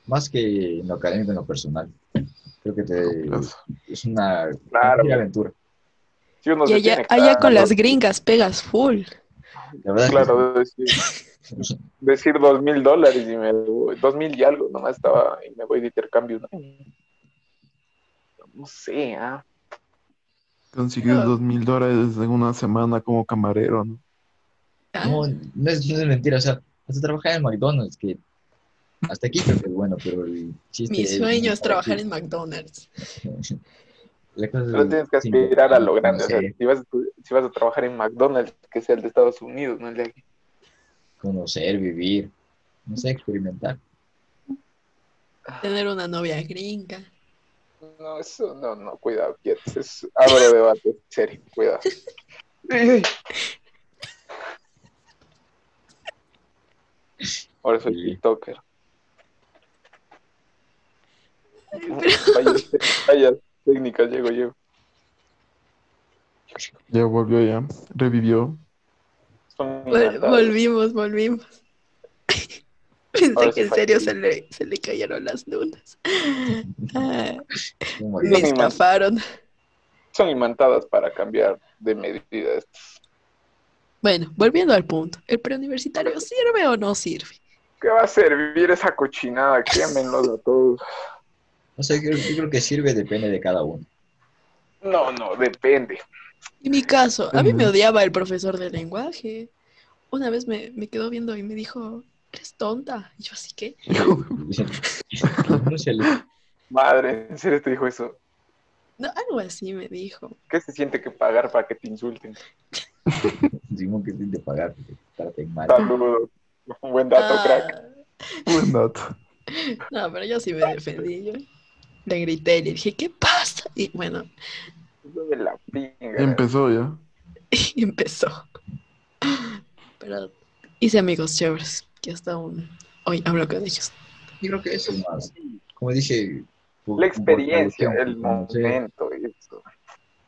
B: más que en lo académico, en lo personal. Creo que te,
C: Pues,
B: es una
E: Claro.
B: una aventura.
E: Si uno
D: Y
E: pues se
D: allá,
E: tiene que
D: allá
E: dar-
D: con las gringas pegas full.
B: La verdad es
E: Claro, decir,
B: que sí.
E: decir dos mil dólares y me voy, dos mil y algo, nomás estaba y me voy de intercambio. un año. No sé, ah.
C: Consigues
D: Pero-
C: dos mil dólares en una semana como camarero, ¿no?
D: Ah,
B: no, no es, no es mentira. O sea, hasta trabajar en McDonald's, que hasta aquí creo que es bueno, pero el chiste
D: Mi
B: es-
D: sueño es trabajar en McDonald's.
B: La cosa es-
E: Pero tienes que
B: Mm, sí,
E: aspirar a lo grande. O sea,
B: conocer-
E: si vas, a estu- si vas a trabajar en McDonald's, que sea el de Estados Unidos, no el de aquí.
B: conocer, vivir, no sé, experimentar.
D: Tener una novia gringa.
E: No, eso, no, no, cuidado, quieto. Es, abro debate, en serio, cuidado. Ey, ey. Ahora soy
B: Sí.
E: TikToker.
D: Pero
E: Vaya, vaya técnica, llego, llego.
C: Ya volvió, ya. Revivió.
E: Son
D: vol-
E: inmatables.
D: volvimos, volvimos. Pensé
E: Ahora
D: que
E: sí
D: en
E: fue.
D: serio se le, se le cayeron las lunas. Ah,
B: Como
D: me
E: Sí, mi madre.
D: estafaron.
E: Son imantadas para cambiar de medidas.
D: Bueno, volviendo al punto. ¿El preuniversitario sirve o no sirve?
E: ¿Qué va a servir esa cochinada? Quémenlos a todos.
B: No sé, yo, yo creo que sirve, depende de cada uno.
E: No, no, depende.
D: En mi caso, a mí me odiaba el profesor de lenguaje. Una vez me, me quedó viendo y me dijo, eres tonta. Y yo así que...
B: No sé, le-
E: Madre, ¿en serio te dijo eso?
D: No, algo así me dijo.
E: ¿Qué se siente que pagar para que te insulten?
B: digo que tienen de pagar porque traten mal.
E: Saludos. Un buen dato,
D: Ah,
E: crack.
C: Buen dato.
D: No, pero yo sí me defendí. Yo le grité y le dije, ¿qué pasa? Y bueno,
E: Dame la pinga.
C: Empezó ya.
D: y empezó. Pero hice amigos chéveres, que hasta aún hoy hablo con ellos.
B: Yo creo que eso es más. Como dije. por-
E: La experiencia,
B: por-
E: el
B: no sé.
E: momento, eso.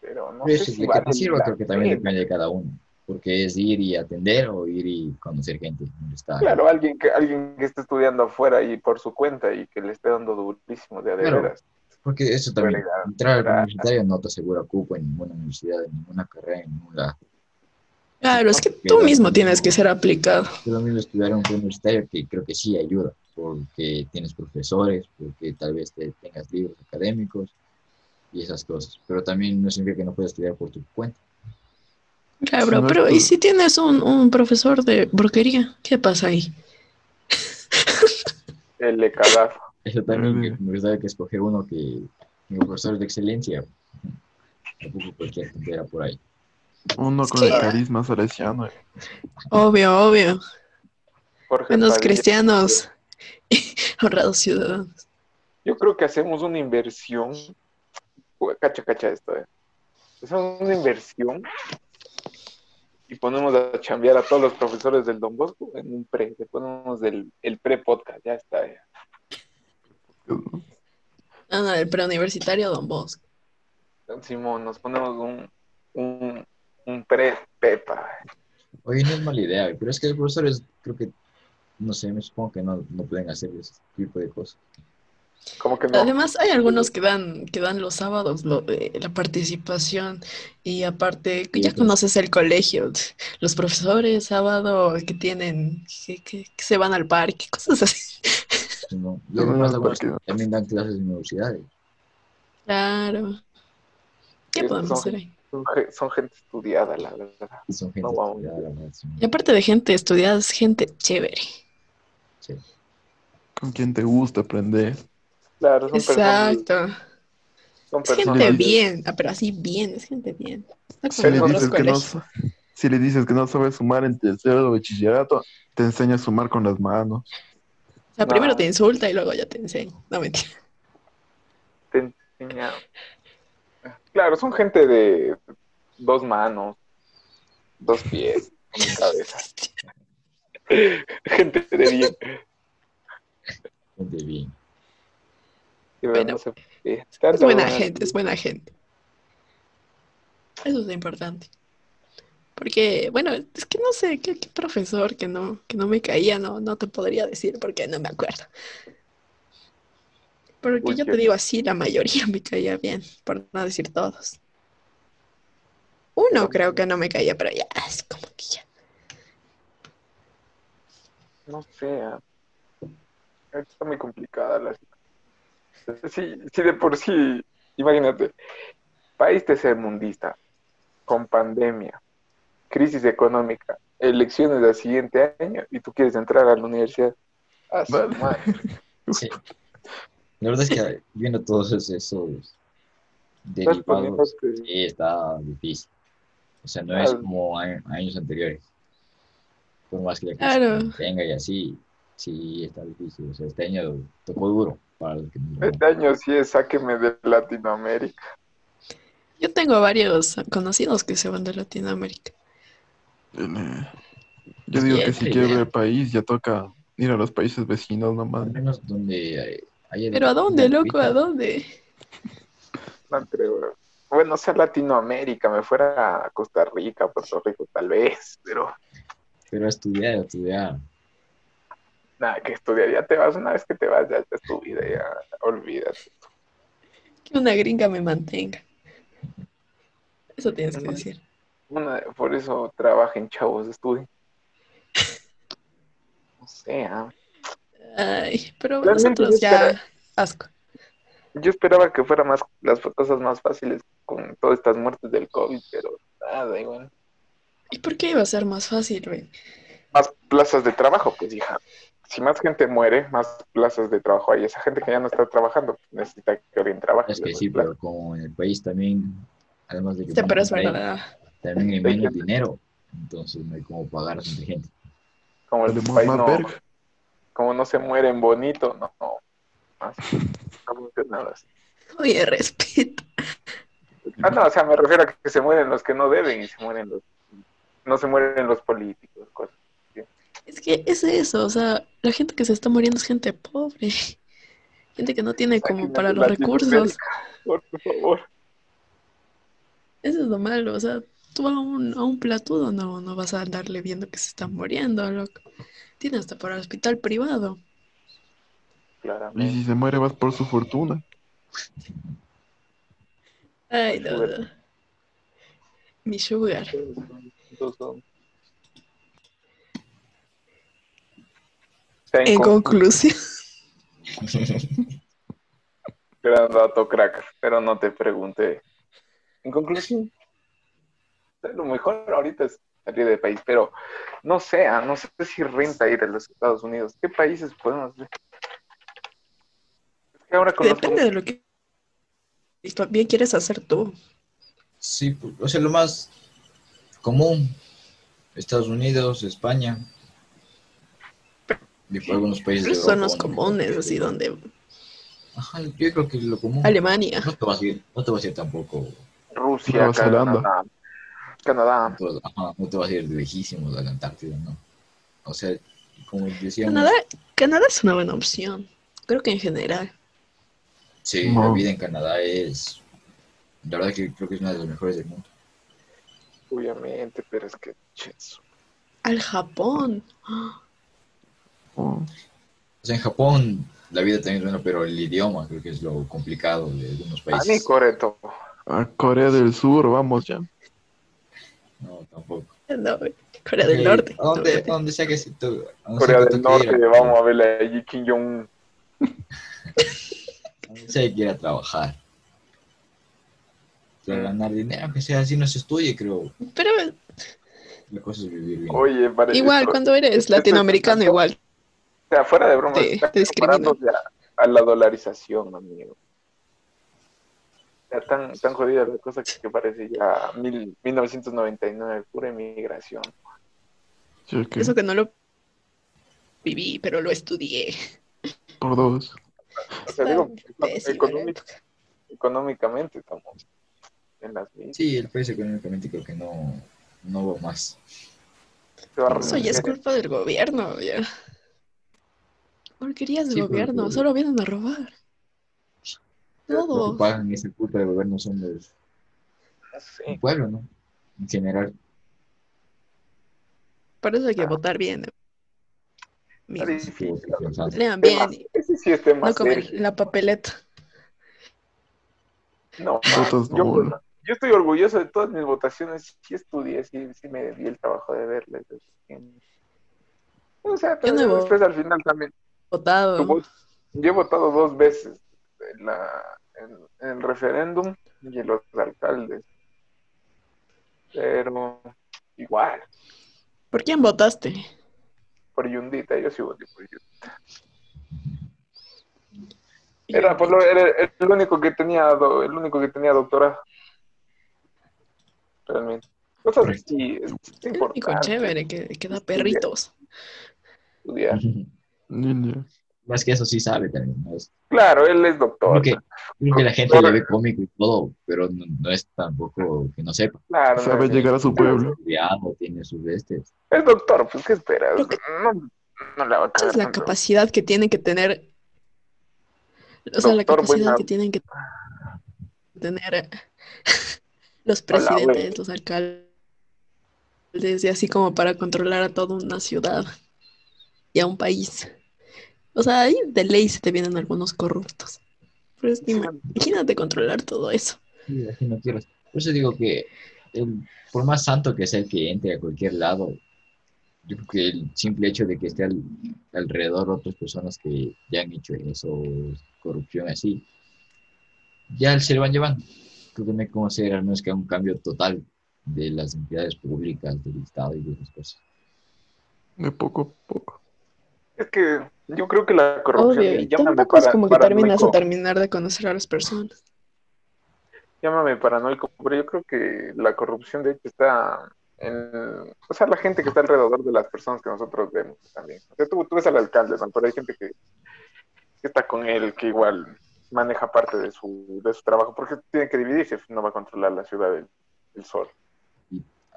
E: Pero no
B: Pero
E: sé
B: si
E: si
B: de que
E: vale
B: te sirva,
E: la
B: creo que también
E: pena.
B: depende de cada uno. Porque es ir y atender o ir y conocer gente. Está-
E: Claro, alguien que, alguien que está estudiando afuera y por su cuenta y que le esté dando durísimo de a de
B: Claro.
E: veras.
B: Porque eso también,
E: Realidad,
B: entrar al
E: ¿verdad?
B: universitario no te asegura cupo en ninguna universidad, en ninguna carrera, en ningún lado.
D: Claro, es que tú mismo tienes que ser aplicado.
B: Yo lo mismo estudiar en un universitario que creo que sí ayuda, porque tienes profesores, porque tal vez te tengas libros académicos y esas cosas. Pero también no significa que no puedas estudiar por tu cuenta.
D: Claro,
C: No,
D: pero
C: tú-
D: ¿y si tienes un, un profesor de brujería? ¿Qué pasa ahí?
E: El le cagazo.
B: Eso también,
C: Mm.
B: que me gustaría que escoger uno que tenga profesores de excelencia. Tampoco cualquier tontera por ahí.
C: Uno
D: Es
C: con
D: que-
C: el carisma salesiano. eh.
D: Obvio, obvio.
E: Jorge
D: Buenos
E: Padilla.
D: cristianos y honrados ciudadanos.
E: Yo creo que hacemos una inversión. Ua, Cacha, cacha esto, eh. Hacemos una inversión y ponemos a chambear a todos los profesores del Don Bosco en un pre. Le ponemos el, el pre-podcast, ya está. ya.
D: Ah, no, el preuniversitario Don Bosco.
E: Don Simón, nos ponemos un, un, un pre-pepa.
B: Oye, no es mala idea, pero es que los profesores creo que, no sé, me supongo que no, no pueden hacer ese tipo de cosas.
E: Como que no.
D: Además, hay algunos que dan, que dan los sábados lo de la participación y aparte, ya
B: Sí.
D: conoces el colegio, los profesores sábado que tienen, que, que- que se van al parque, cosas así.
B: No,
C: Yo
B: lo que
C: no
B: pasa
C: veo
B: bueno, es que
C: por qué.
B: también dan clases en universidades.
D: Claro. ¿Qué
E: Estos
D: podemos
E: son-
D: hacer ahí?
E: Son, ge- son gente estudiada, la verdad.
B: Y son gente
E: No, wow.
B: estudiada, la verdad, son-
D: Y aparte de gente estudiada, es gente chévere.
B: sí.
C: Con quien te gusta aprender.
E: Claro, son personas.
D: Exacto.
E: Son
D: Es
E: personas.
D: gente bien, ah, pero así bien, es gente bien. No
E: Sí,
C: Si
D: como
C: le
D: en
E: otros
C: dices
D: otros
C: que no,
D: colegios.
C: sa- si le dices que no sabes sumar en tercero de bachillerato, te enseña a sumar con las manos.
D: O sea, primero
E: No.
D: te insulta y luego ya te enseña. No mentira.
E: te enseña- Claro, son gente de dos manos, dos pies, una cabeza. Gente de bien.
B: Gente bien.
E: Pero
D: Bueno,
E: no sé eh, por qué.
D: Es
E: Tanta
D: buena
E: broma.
D: gente, es buena gente. Eso es lo importante. Porque, bueno, es que no sé, qué, qué profesor que no, que no me caía, no, no te podría decir porque no me acuerdo. Porque
E: Uy,
D: yo
E: qué-
D: te digo así, la mayoría me caía bien, por no decir todos. Uno creo que no me caía, pero ya, es como que ya.
E: No sé. ah. Está muy complicada la situación. Sí, sí, de por sí, imagínate, país tercermundista, con pandemia, crisis económica, elecciones del siguiente año y tú quieres entrar a la universidad. Ah, su
C: Vale.
E: madre.
B: Sí. La verdad es que viendo todos esos- esos
E: Estás poniendo
B: derivados,
E: que-
B: pues, sí, está difícil. O sea, no es
E: pues. Claro.
B: como a- años anteriores. Por más que la
D: Claro.
B: clase tenga y así, sí está difícil. O sea, este año tocó duro para los que no-
E: Este año sí es sáqueme de Latinoamérica.
D: Yo tengo varios conocidos que se van de Latinoamérica.
C: El, eh, Yo digo que si
D: Siempre,
C: quiebra
D: ya.
C: el país, ya toca ir a los países vecinos nomás.
B: Al menos donde eh, haya.
D: Pero ¿a dónde, loco? ¿A dónde?
E: No creo. Bueno, sea Latinoamérica, me fuera a Costa Rica, Puerto Rico, tal vez, pero
B: Pero a estudiar, a estudiar.
E: nada, que estudiar. Ya te vas, una vez que te vas, ya es tu vida, ya olvídate.
D: Que una gringa me mantenga. Eso tienes que decir.
E: Una- por eso trabajen, chavos, estudien. O sea,
D: Ay, pero
E: Realmente
D: nosotros
E: yo
D: ya.
E: esperaba-
D: Asco.
E: yo esperaba que fueran más, las cosas más fáciles con todas estas muertes del COVID, pero nada, igual.
D: ¿Y por qué iba a ser más fácil, güey?
E: más plazas de trabajo, pues hija. Si más gente muere, más plazas de trabajo hay. Esa gente que ya no está trabajando necesita que alguien trabaje.
B: Es que sí, pero como en el país también, además de que
D: Este, pero es
B: también-
D: verdad.
B: también hay menos dinero, entonces no hay como pagar a tanta gente.
E: Como el
C: Tenemos
E: país
C: más
E: no,
C: verga.
E: como no se mueren bonito, no, no. Más, no funcionaba así.
D: Oye, respeto.
E: Ah, no, o sea, me refiero a que se mueren los que no deben y se mueren los, no se mueren los políticos, cosas.
D: Es que es eso, o sea, la gente que se está muriendo es gente pobre. Gente que no tiene como
E: Aquí
D: para
E: en
D: los recursos.
E: Latinoamérica, Por favor.
D: Eso es lo malo, o sea, tú a un, a un platudo no, no vas a andarle viendo que se está muriendo, loco. Tiene hasta para el hospital privado.
C: Y
E: Claramente.
C: si se muere, vas por su fortuna.
D: Ay,
E: Mi
D: no,
E: sugar.
D: no. Mi sugar.
E: Todos son-
D: En conclusión,
E: Gran dato, crack, pero no te pregunté. En conclusión, lo mejor ahorita es salir del país, pero no sé, ah, no sé si renta ir a los Estados Unidos. ¿Qué países podemos ver? Es que ahora con los-
D: depende de lo que y también quieres hacer tú.
B: Sí, pu- o sea, lo más común, Estados Unidos, España, y por algunos países de
D: Esos son
B: Europa,
D: los
B: ¿no?
D: comunes, así donde
B: Ajá, yo creo que es lo común.
D: Alemania.
B: No te vas a ir, no te vas a ir tampoco,
E: Rusia,
C: Nueva Zelanda.
E: Canadá, Canadá,
B: no te vas, ajá, no te vas a ir lejísimos a la Antártida, ¿no? O sea, como decíamos,
D: Canadá, Canadá es una buena opción. Creo que en general.
B: sí,
C: No.
B: la vida en Canadá es, la verdad que creo que es una de las mejores del mundo.
E: obviamente, pero es que che, su-
D: Al Japón.
C: Oh,
B: O sea, en Japón la vida también es buena, pero el idioma creo que es lo complicado de algunos
E: a mí,
B: países.
E: Coreto.
C: A Corea del Sur, vamos ya.
B: No, tampoco.
D: No, Corea del
B: Eh,
D: Norte.
B: ¿A dónde, a dónde sea que se to- a donde sea
E: Corea
B: que
E: del
B: toque ir
E: Norte,
B: a-
E: vamos a ver allí Kim Jong-un.
B: a donde sea que quiera trabajar. Para ganar dinero, aunque sea así, no se estudie, creo.
D: Pero eh,
B: La cosa es vivir bien.
E: Oye, parece
D: igual,
E: esto-
D: cuando eres latinoamericano, igual.
E: O sea, fuera de broma,
D: Te-
E: está
D: te discriminan.
E: comparándose a, a la dolarización, amigo. Está tan, tan jodida la cosa que parece ya mil- 1999, pura emigración.
C: Yo que
D: Eso que no lo viví, pero lo estudié.
C: por dos.
E: O sea, digo,
D: Está pésima la
E: económic-
D: época.
E: económicamente estamos en las mismas.
B: Sí, el país económicamente creo que no, no va más.
E: Se va a
D: Eso ya es culpa del gobierno, ya. Porquerías del
B: Sí,
E: pues,
B: porque-
D: gobierno, solo vienen a robar.
E: pues,
B: Lo que
D: Todos.
B: pagan esa culpa del gobierno son los el
E: Sí,
B: pueblo, ¿no? En general.
D: Por eso hay que
E: Ah.
D: votar bien.
E: está
D: Amigos.
E: difícil.
D: Lean
E: Tema-
D: bien,
E: Ese sí es tema
D: no comen
E: serio.
D: la papeleta.
E: No,
C: Votos
E: yo,
C: nulo.
E: yo estoy orgulloso de todas mis votaciones. Sí estudié, sí, sí me di el trabajo de verlas. O sea,
D: Yo no
E: pero
D: voy.
E: después al final también Tu
D: Votado.
E: voto. Yo he votado dos veces en, la- en- en el referéndum y en los alcaldes. Pero igual,
D: ¿Por quién votaste?
E: por Yundita, yo sí voté por Yundita. Era, por lo- era el único que tenía do- el único que tenía doctorado. Realmente. Cosas así, es, es
D: El único
E: importante
D: chévere que, que da perritos.
E: estudiar.
C: Niña.
B: Más que eso sí sabe también. ¿no? Es-
E: Claro, él es doctor.
B: Creo que, creo que la gente le ve cómico y todo, pero no, no es tampoco que no sepa.
E: Claro, no
C: Sabe
E: es-
C: llegar a su pueblo.
B: Estudiado, tiene sus vestes.
E: es doctor, pues ¿qué esperas?
D: Creo que-
E: No, no la va a
D: Esa es
E: cagar
D: la
E: tanto.
D: capacidad que tienen que tener. O sea, la
E: Doctor
D: capacidad
E: Buenab-
D: que tienen que tener eh, los
E: Hola, güey.
D: presidentes, los alcaldes, y así como para controlar a toda una ciudad y a un país. O sea, ahí de ley se te vienen algunos corruptos. Pero es que ima- imagínate controlar todo eso.
B: Sí, así no quiero. Por eso digo que el- por más santo que sea el que entre a cualquier lado, yo creo que el simple hecho de que esté al- alrededor otras personas que ya han hecho eso, corrupción así, ya se lo van llevando. Creo que no hay como hacer al menos que haga un cambio total de las entidades públicas, del Estado y de esas cosas.
C: De poco a poco.
E: Es que yo creo que la corrupción.
D: Obvio, y
E: llámame
D: tampoco es
E: para-
D: como que terminas a
E: paranoico,
D: terminar de conocer a las personas.
E: Llámame paranoico, pero yo creo que la corrupción, de hecho, está el- o sea, la gente que está alrededor de las personas que nosotros vemos también. O sea, tú, tú ves al alcalde, ¿no? pero hay gente que, que está con él, que igual maneja parte de su, de su trabajo, porque tiene que dividirse, no va a controlar la ciudad del, del sol.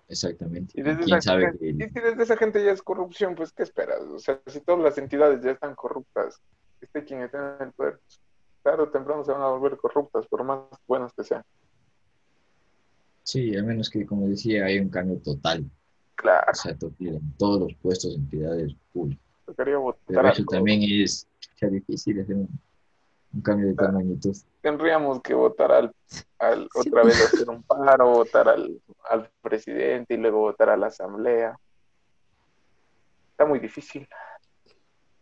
B: Exactamente.
E: Y desde,
B: ¿Quién
E: esa
B: sabe
E: gente,
B: que
E: y si desde esa gente ya es corrupción, pues ¿qué esperas? O sea, si todas las entidades ya están corruptas, esté quien esté en el poder, tarde o temprano se van a volver corruptas, por más buenas que sean.
B: Sí, a menos que, como decía, hay un cambio total,
E: Claro,
B: o sea, total en todos los puestos, entidades públicas.
E: tocaría
B: Pero
E: votar
B: eso
E: algo.
B: también es ya difícil hacer un, un cambio de tal magnitud.
E: Tendríamos que votar al, al-
D: Sí. pues.
E: otra vez hacer un paro, votar al, al presidente y luego votar a la asamblea. Está muy difícil.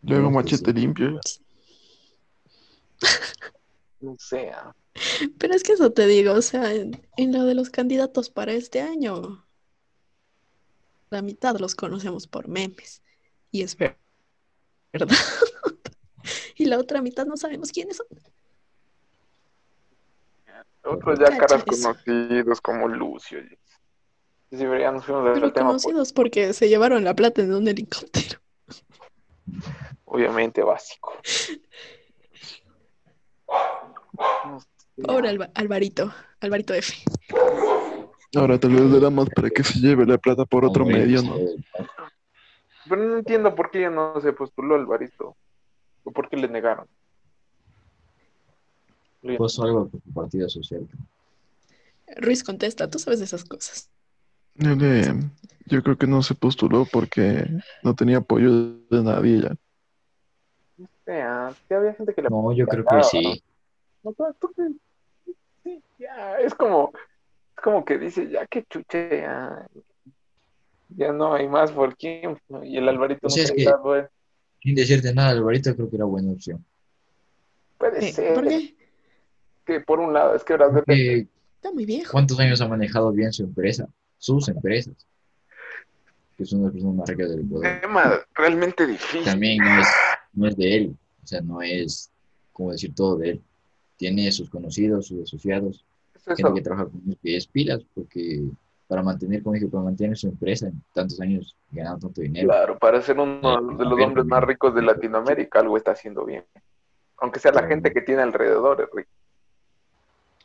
C: Luego
B: Sí,
C: machete
B: sí.
C: limpio.
E: No sé. ah.
D: Pero es que eso te digo, o sea, en, en lo de los candidatos para este año, la mitad los conocemos por memes. Y es ver- verdad. y la otra mitad no sabemos quiénes son.
E: Otros ya caras
D: Cacha eso.
E: conocidos como Lucio. y- y Si ya nos fuimos del
D: Pero
E: tema, pues,
D: conocidos porque se llevaron la plata en un helicóptero.
E: obviamente básico. No sé,
D: Pobre Alba- Alvarito, Alvarito F.
C: Ahora tal vez le damos para que se lleve la plata por otro
B: Como
C: medio,
B: ellos,
C: ¿no?
B: eh,
E: Pero no entiendo por qué ya no se postuló Alvarito. O por qué le negaron.
B: puso algo por su partido social. creo.
D: Ruiz contesta, tú sabes de esas cosas.
C: Yo, le- yo creo que no se postuló porque no tenía apoyo de nadie ya.
E: Vea, sí había gente que le
B: No, yo creo que sí.
E: No, tú- tú que- sí, ya, es como, es como que dice, ya que chuche, ya, ya no hay más por quién. Y el Alvarito
B: O
E: no
B: sea, Pues es
E: se eh.
B: que-
E: da, güey.
B: Sin decirte nada, Alvarito, creo que era buena opción.
E: Puede
D: Eh,
E: ser
D: ¿Por qué?
E: que por un lado, es que ahora depende.
B: Eh,
D: Está muy viejo.
B: ¿Cuántos años ha manejado bien su empresa? Sus empresas. Que son las personas más ricas del Ecuador.
E: tema realmente difícil.
B: También no es, no es de él. O sea, no es, como decir, todo de él. Tiene sus conocidos, sus asociados,
E: Es eso.
B: gente que trabaja con él, que es pilas, porque para mantener, como dije, para mantener su empresa en tantos años ganando tanto dinero.
E: Claro, para ser uno de los hombres más ricos de Latinoamérica, algo está haciendo bien. Aunque sea la gente que tiene alrededor, es rica.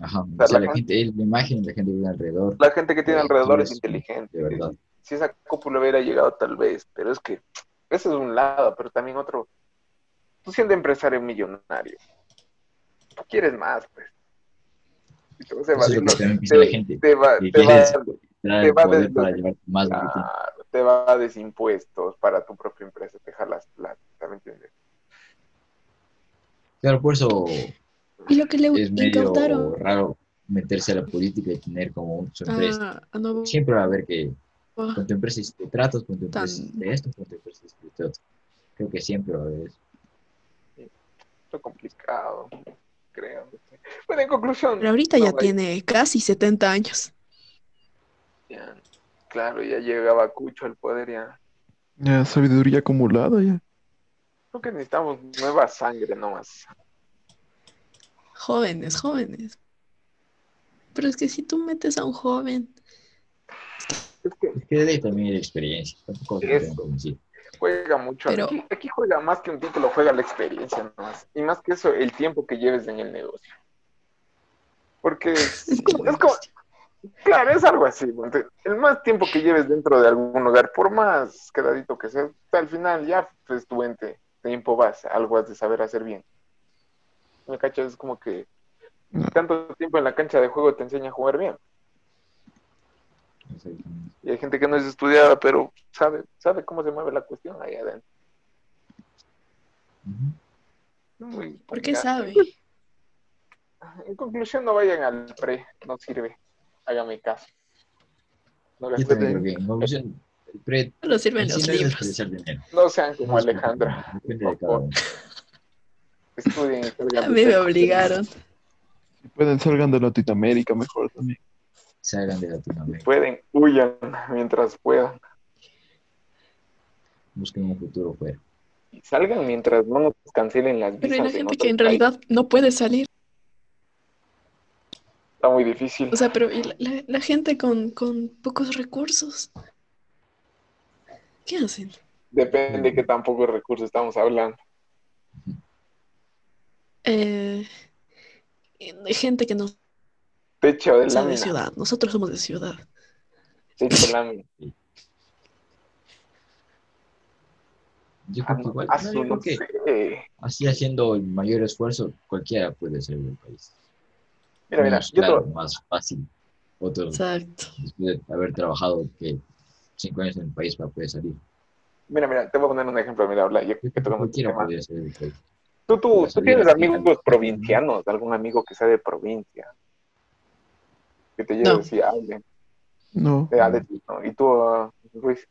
B: Ajá. O
E: sea,
B: sea,
E: la
B: la gente, él, la imagen, la gente que vive alrededor.
E: La gente que tiene
B: Eh,
E: alrededor
B: sí,
E: es
B: sí,
E: inteligente.
B: de verdad.
E: Si esa cúpula hubiera llegado, tal vez. Pero es que ese es un lado, pero también otro. Tú siendo empresario millonario, tú quieres más, pues. Y te vas a
B: Eso es
E: evadir
B: lo que
E: los-
B: también piensa la
E: Te
B: gente.
E: te va-
B: Que
E: te
B: quieres
E: va-
B: traer
E: te
B: el
E: va
B: poder
E: desde-
B: para llevar más de
E: Ah.
B: lo que tienes.
E: Claro, te va a desimpuestos para tu propia empresa, te jalas plata, ¿me entiendes?
B: Claro, por eso
D: Y lo que le
B: es medio
D: incautaron.
B: raro meterse a la política y tener como su empresa.
D: Ah, ah, no,
B: Siempre va a haber que
D: ah.
B: con tu empresa hiciste tratos, con tu empresa
D: Tan-
B: hiciste esto, con tu empresa hiciste otro. Creo que siempre va a haber eso.
E: Esto complicado, creo. no sé. Bueno, en conclusión,
D: Pero ahorita
E: no
D: ya
E: hay-
D: tiene casi 70 años.
E: ya, claro, ya llegaba Cucho al poder, ya.
C: Ya sabiduría acumulada ya.
E: Creo que necesitamos nueva sangre nomás.
D: Jóvenes, jóvenes. Pero es que si tú metes a un joven,
E: Es que
B: Es que de ahí también la experiencia. Tampoco se
E: Eso.
B: pueden convencer.
E: juega mucho.
D: Pero-
E: Aquí, aquí juega más que un título, juega la experiencia nomás. Y más que eso, el tiempo que lleves en el negocio. Porque es como- es como, Claro, es algo así. ponte. El más tiempo que lleves dentro de algún lugar, por más quedadito que seas, al final ya pues, tu ente, tiempo vas, algo has de saber hacer bien. ¿Me cachas? Es como que tanto tiempo en la cancha de juego te enseña a jugar bien.
B: Exactamente.
E: Y hay gente que no es estudiada, pero sabe, sabe cómo se mueve la cuestión ahí adentro.
B: Ujú.
E: Muy
D: ¿por qué
E: complicado.
D: sabe?
E: En conclusión, no vayan al pre, no sirve. Hágame caso. No,
B: Yo
E: gasten-
B: también creo que en conclusión, el pre-
D: Solo sirven
B: en sí
D: los
B: no es
D: libros.
B: desperdiciar dinero.
E: no sean como
B: Es-
E: Alejandra.
B: Depende de cada uno.
E: Estudien y salgan
D: A
E: de
D: mí me
E: prepa.
D: obligaron.
C: Si pueden, salgan de Latinoamérica mejor también.
B: Salgan de
E: Si
B: Latinoamérica.
E: pueden, huyan mientras puedan.
B: Busquen un futuro fuera.
E: Y salgan mientras no nos cancelen las visas.
D: Pero hay la
E: en
D: gente
E: otro
D: que en
E: país.
D: realidad no puede salir.
E: Está muy difícil.
D: O sea, pero y la, la- la gente con, con pocos recursos. ¿Qué hacen?
E: Depende de qué tan pocos recursos estamos hablando.
D: Eh, de gente que no
E: Techo de
D: sea de
E: lámina.
D: ciudad. Nosotros somos de ciudad.
E: Techo de lámina.
B: Yo creo que pues igual,
E: Ah,
B: no,
E: su-
B: yo creo que
E: eh,
B: así haciendo el mayor esfuerzo, cualquiera puede ser del país.
E: Mira, mira,
B: Unos,
E: yo
B: claro,
E: te-
B: más fácil. Otros,
D: Exacto.
B: después de haber trabajado que cinco años en el país para poder salir.
E: mira, mira, te voy a poner un ejemplo, mira, habla, yo
B: Yo
E: que
B: creo que
E: tocamos este
B: cualquiera
E: tema.
B: podría ser del país.
E: ¿Tú, tú,
B: Pues,
E: tú tienes
B: mira,
E: amigos
B: mira.
E: provincianos? ¿Algún amigo que sea de provincia? Que te lleve
D: No.
E: así, hable,
C: No,
E: de, de ti, ¿no? Y tú, ah, Luis,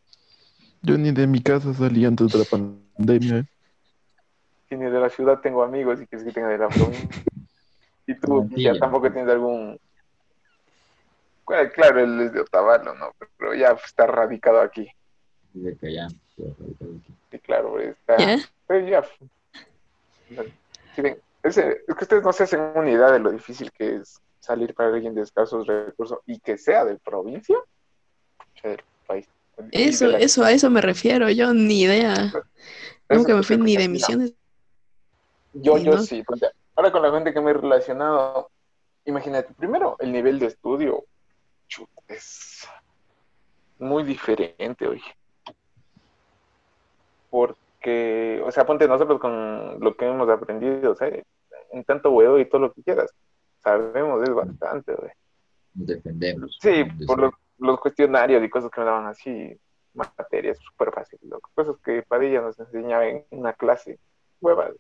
C: yo ni de mi casa salí antes de la pandemia. ¿eh?
E: tienes de la ciudad, tengo amigos, y que que tenga de la provincia. Y tú,
B: Mantilla.
E: ya tampoco tienes algún... Bueno, claro, él es de Otavalo, ¿no? Pero ya está radicado aquí.
B: De Cayán, pero radical aquí.
E: Sí, claro, está...
D: ¿Ya?
E: Pero Pues ya. Sí, ven, es, eh, es que ustedes no se hacen una idea de lo difícil que es salir para alguien de escasos recursos y que sea de provincia, o sea, del país. Y de
D: Eso,
E: la-
D: eso, a eso me refiero. Yo ni idea.
E: Pues, eso
D: Nunca me fui
E: que
D: ni
E: te-
D: de
E: mira,
D: misiones.
E: Yo,
D: ni
E: yo
D: nada.
E: sí. o sea, ahora con la gente que me he relacionado, imagínate, primero, el nivel de estudio chuta, es muy diferente hoy. Porque, o sea, ponte nosotros con lo que hemos aprendido, o sea, en tanto huevo y todo lo que quieras, sabemos, es bastante, güey.
B: Nos defendemos.
E: Sí,
B: Entonces,
E: por los, los cuestionarios y cosas que me daban así, materias súper fácil, loco. Cosas que Padilla nos enseñaba en una clase, huevas.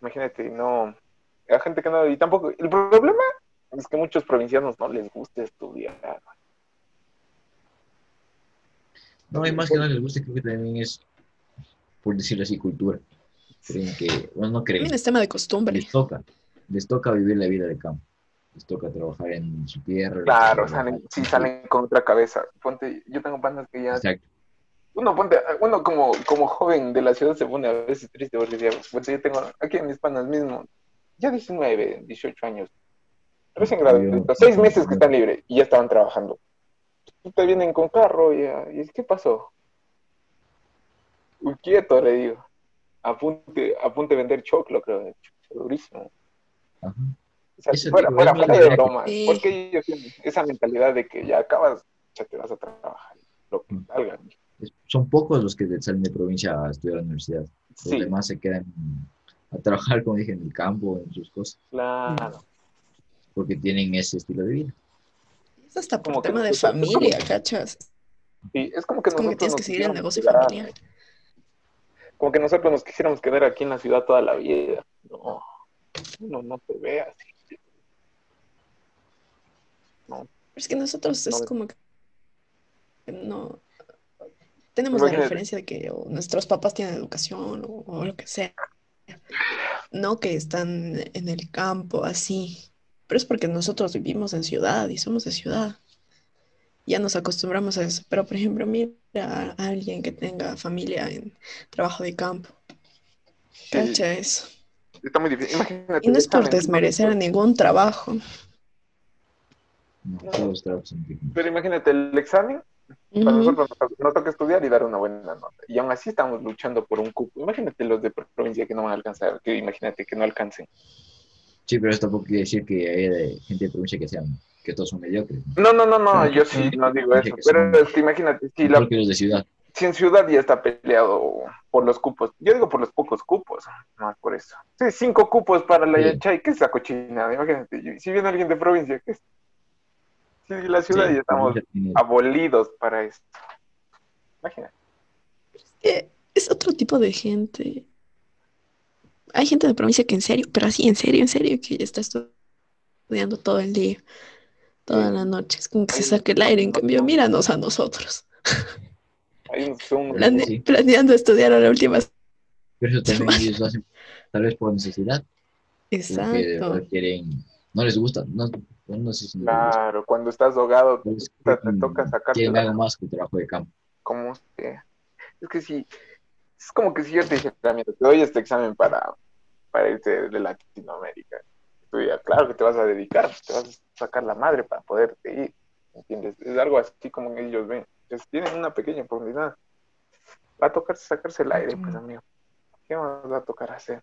E: Imagínate, no. La gente que no. Y tampoco. El problema es que muchos provincianos no les gusta estudiar.
B: No, y más que no les gusta, creo que también es, por decirlo así, cultura. Creen que, bueno, no creen,
D: También es tema de costumbre.
B: les toca, les toca vivir la vida de campo. Les toca trabajar en su tierra. les
E: Claro,
B: toca
E: salen,
B: trabajar-
E: sí salen con otra cabeza. Ponte, yo tengo panas que ya.
B: Exacto.
E: Uno ponte, uno como, como joven de la ciudad se pone a veces triste porque decía, ponte, yo tengo aquí en mis panas mismo, ya 19, 18 años, recién graduados, seis meses que están libres y ya estaban trabajando. Y Te vienen con carro y, ah, y ¿qué pasó? Uy, quieto, le digo. Apunte, apunte a vender choclo, creo. Chucha, Durísimo.
B: Ajá.
E: O sea,
B: Eso
E: fuera,
B: digo,
E: fuera,
B: es la
E: fuera de
B: manera que-
E: broma.
D: Sí.
E: Porque ellos tienen esa mentalidad de que ya acabas, ya te vas a trabajar. Lo
B: Mm.
E: que salga.
B: Es- Son pocos los que salen de provincia a estudiar a la universidad. Los
E: Sí,
B: demás se quedan a trabajar, como dije, en el campo, en sus cosas,
E: claro.
B: porque tienen ese estilo de vida.
D: Es hasta por
E: Como que
D: tema de
E: nos gusta-
D: familia, ¿cachas?
E: Sí, es como que
D: Es como que
E: nosotros
D: tienes
E: nos
D: que seguir el
E: quisiéramos
D: negocio
E: quedar-
D: familiar.
E: Como que nosotros nos quisiéramos quedar aquí en la ciudad toda la vida. No, uno no te ve así.
D: Pero es que nosotros es
E: No.
D: como que no tenemos la
E: Imagínate.
D: referencia de que o nuestros papás tienen educación o, o lo que sea. No que están en el campo así. Pero es porque nosotros vivimos en ciudad y somos de ciudad. Ya nos acostumbramos a eso. Pero, por ejemplo, mira a alguien que tenga familia en trabajo de campo. Cacha eso.
E: Está muy difícil. Imagínate.
D: Y no es por
E: examen.
D: desmerecer ningún trabajo.
B: No,
E: No.
B: todos los trabajos son dignos.
E: Pero imagínate el examen. Para
D: Ujú.
E: nosotros nos to- nos toca estudiar y dar una buena nota. Y aún así estamos luchando por un cupo. Imagínate los de provincia que no van a alcanzar. Que imagínate que no alcancen.
B: Sí, pero esto tampoco quiere decir que haya de gente de provincia que sean, que todos son mediocres. ¿no?
E: No, no, no, no.
C: Ah,
E: Yo sí
C: ah.
E: no digo eso.
B: Dije que
E: Pero
B: son-
E: es que imagínate. Si, la,
B: Igual que los de ciudad.
E: si en ciudad ya está peleado por los cupos. Yo digo por los pocos cupos. Más por eso. Sí, cinco cupos para la
B: Sí.
E: Yachay. ¿Qué es esa cochinada? Imagínate. y Si viene alguien de provincia, ¿qué es? Si la ciudad
B: Sí,
E: ya estamos
B: provincia tiene-
E: abolidos para esto. Imagínate.
D: Eh, es otro tipo de gente. Hay gente de provincia que en serio, pero así, en serio, en serio, que está estu- estudiando todo el día, toda la noche. Es como que se saque el aire. En cambio, míranos a nosotros,
E: Hay unos, son unos-
D: plane-
B: Sí.
D: planeando estudiar a la última.
B: Pero eso también ellos lo hacen, tal vez por necesidad, porque de
D: Exacto.
B: verdad quieren, no les gusta, no, no sé si no les gusta.
E: Claro, cuando estás ahogado,
B: Tal vez
E: te
B: quieren-
E: toca sacarte
B: Quieren
E: la-
B: algo más que trabajo de campo.
E: como sea. Es que si, es como que si yo te dijera, mira, te doy este examen para, para irte de Latinoamérica. Tú ya, claro que te vas a dedicar, te vas a sacar la madre para poderte ir. ¿Entiendes? Es algo así como ellos ven. Yo matemáticas tienen una pequeña oportunidad. Va a tocar sacarse el aire, pues, amigo. ¿Qué más va a tocar hacer?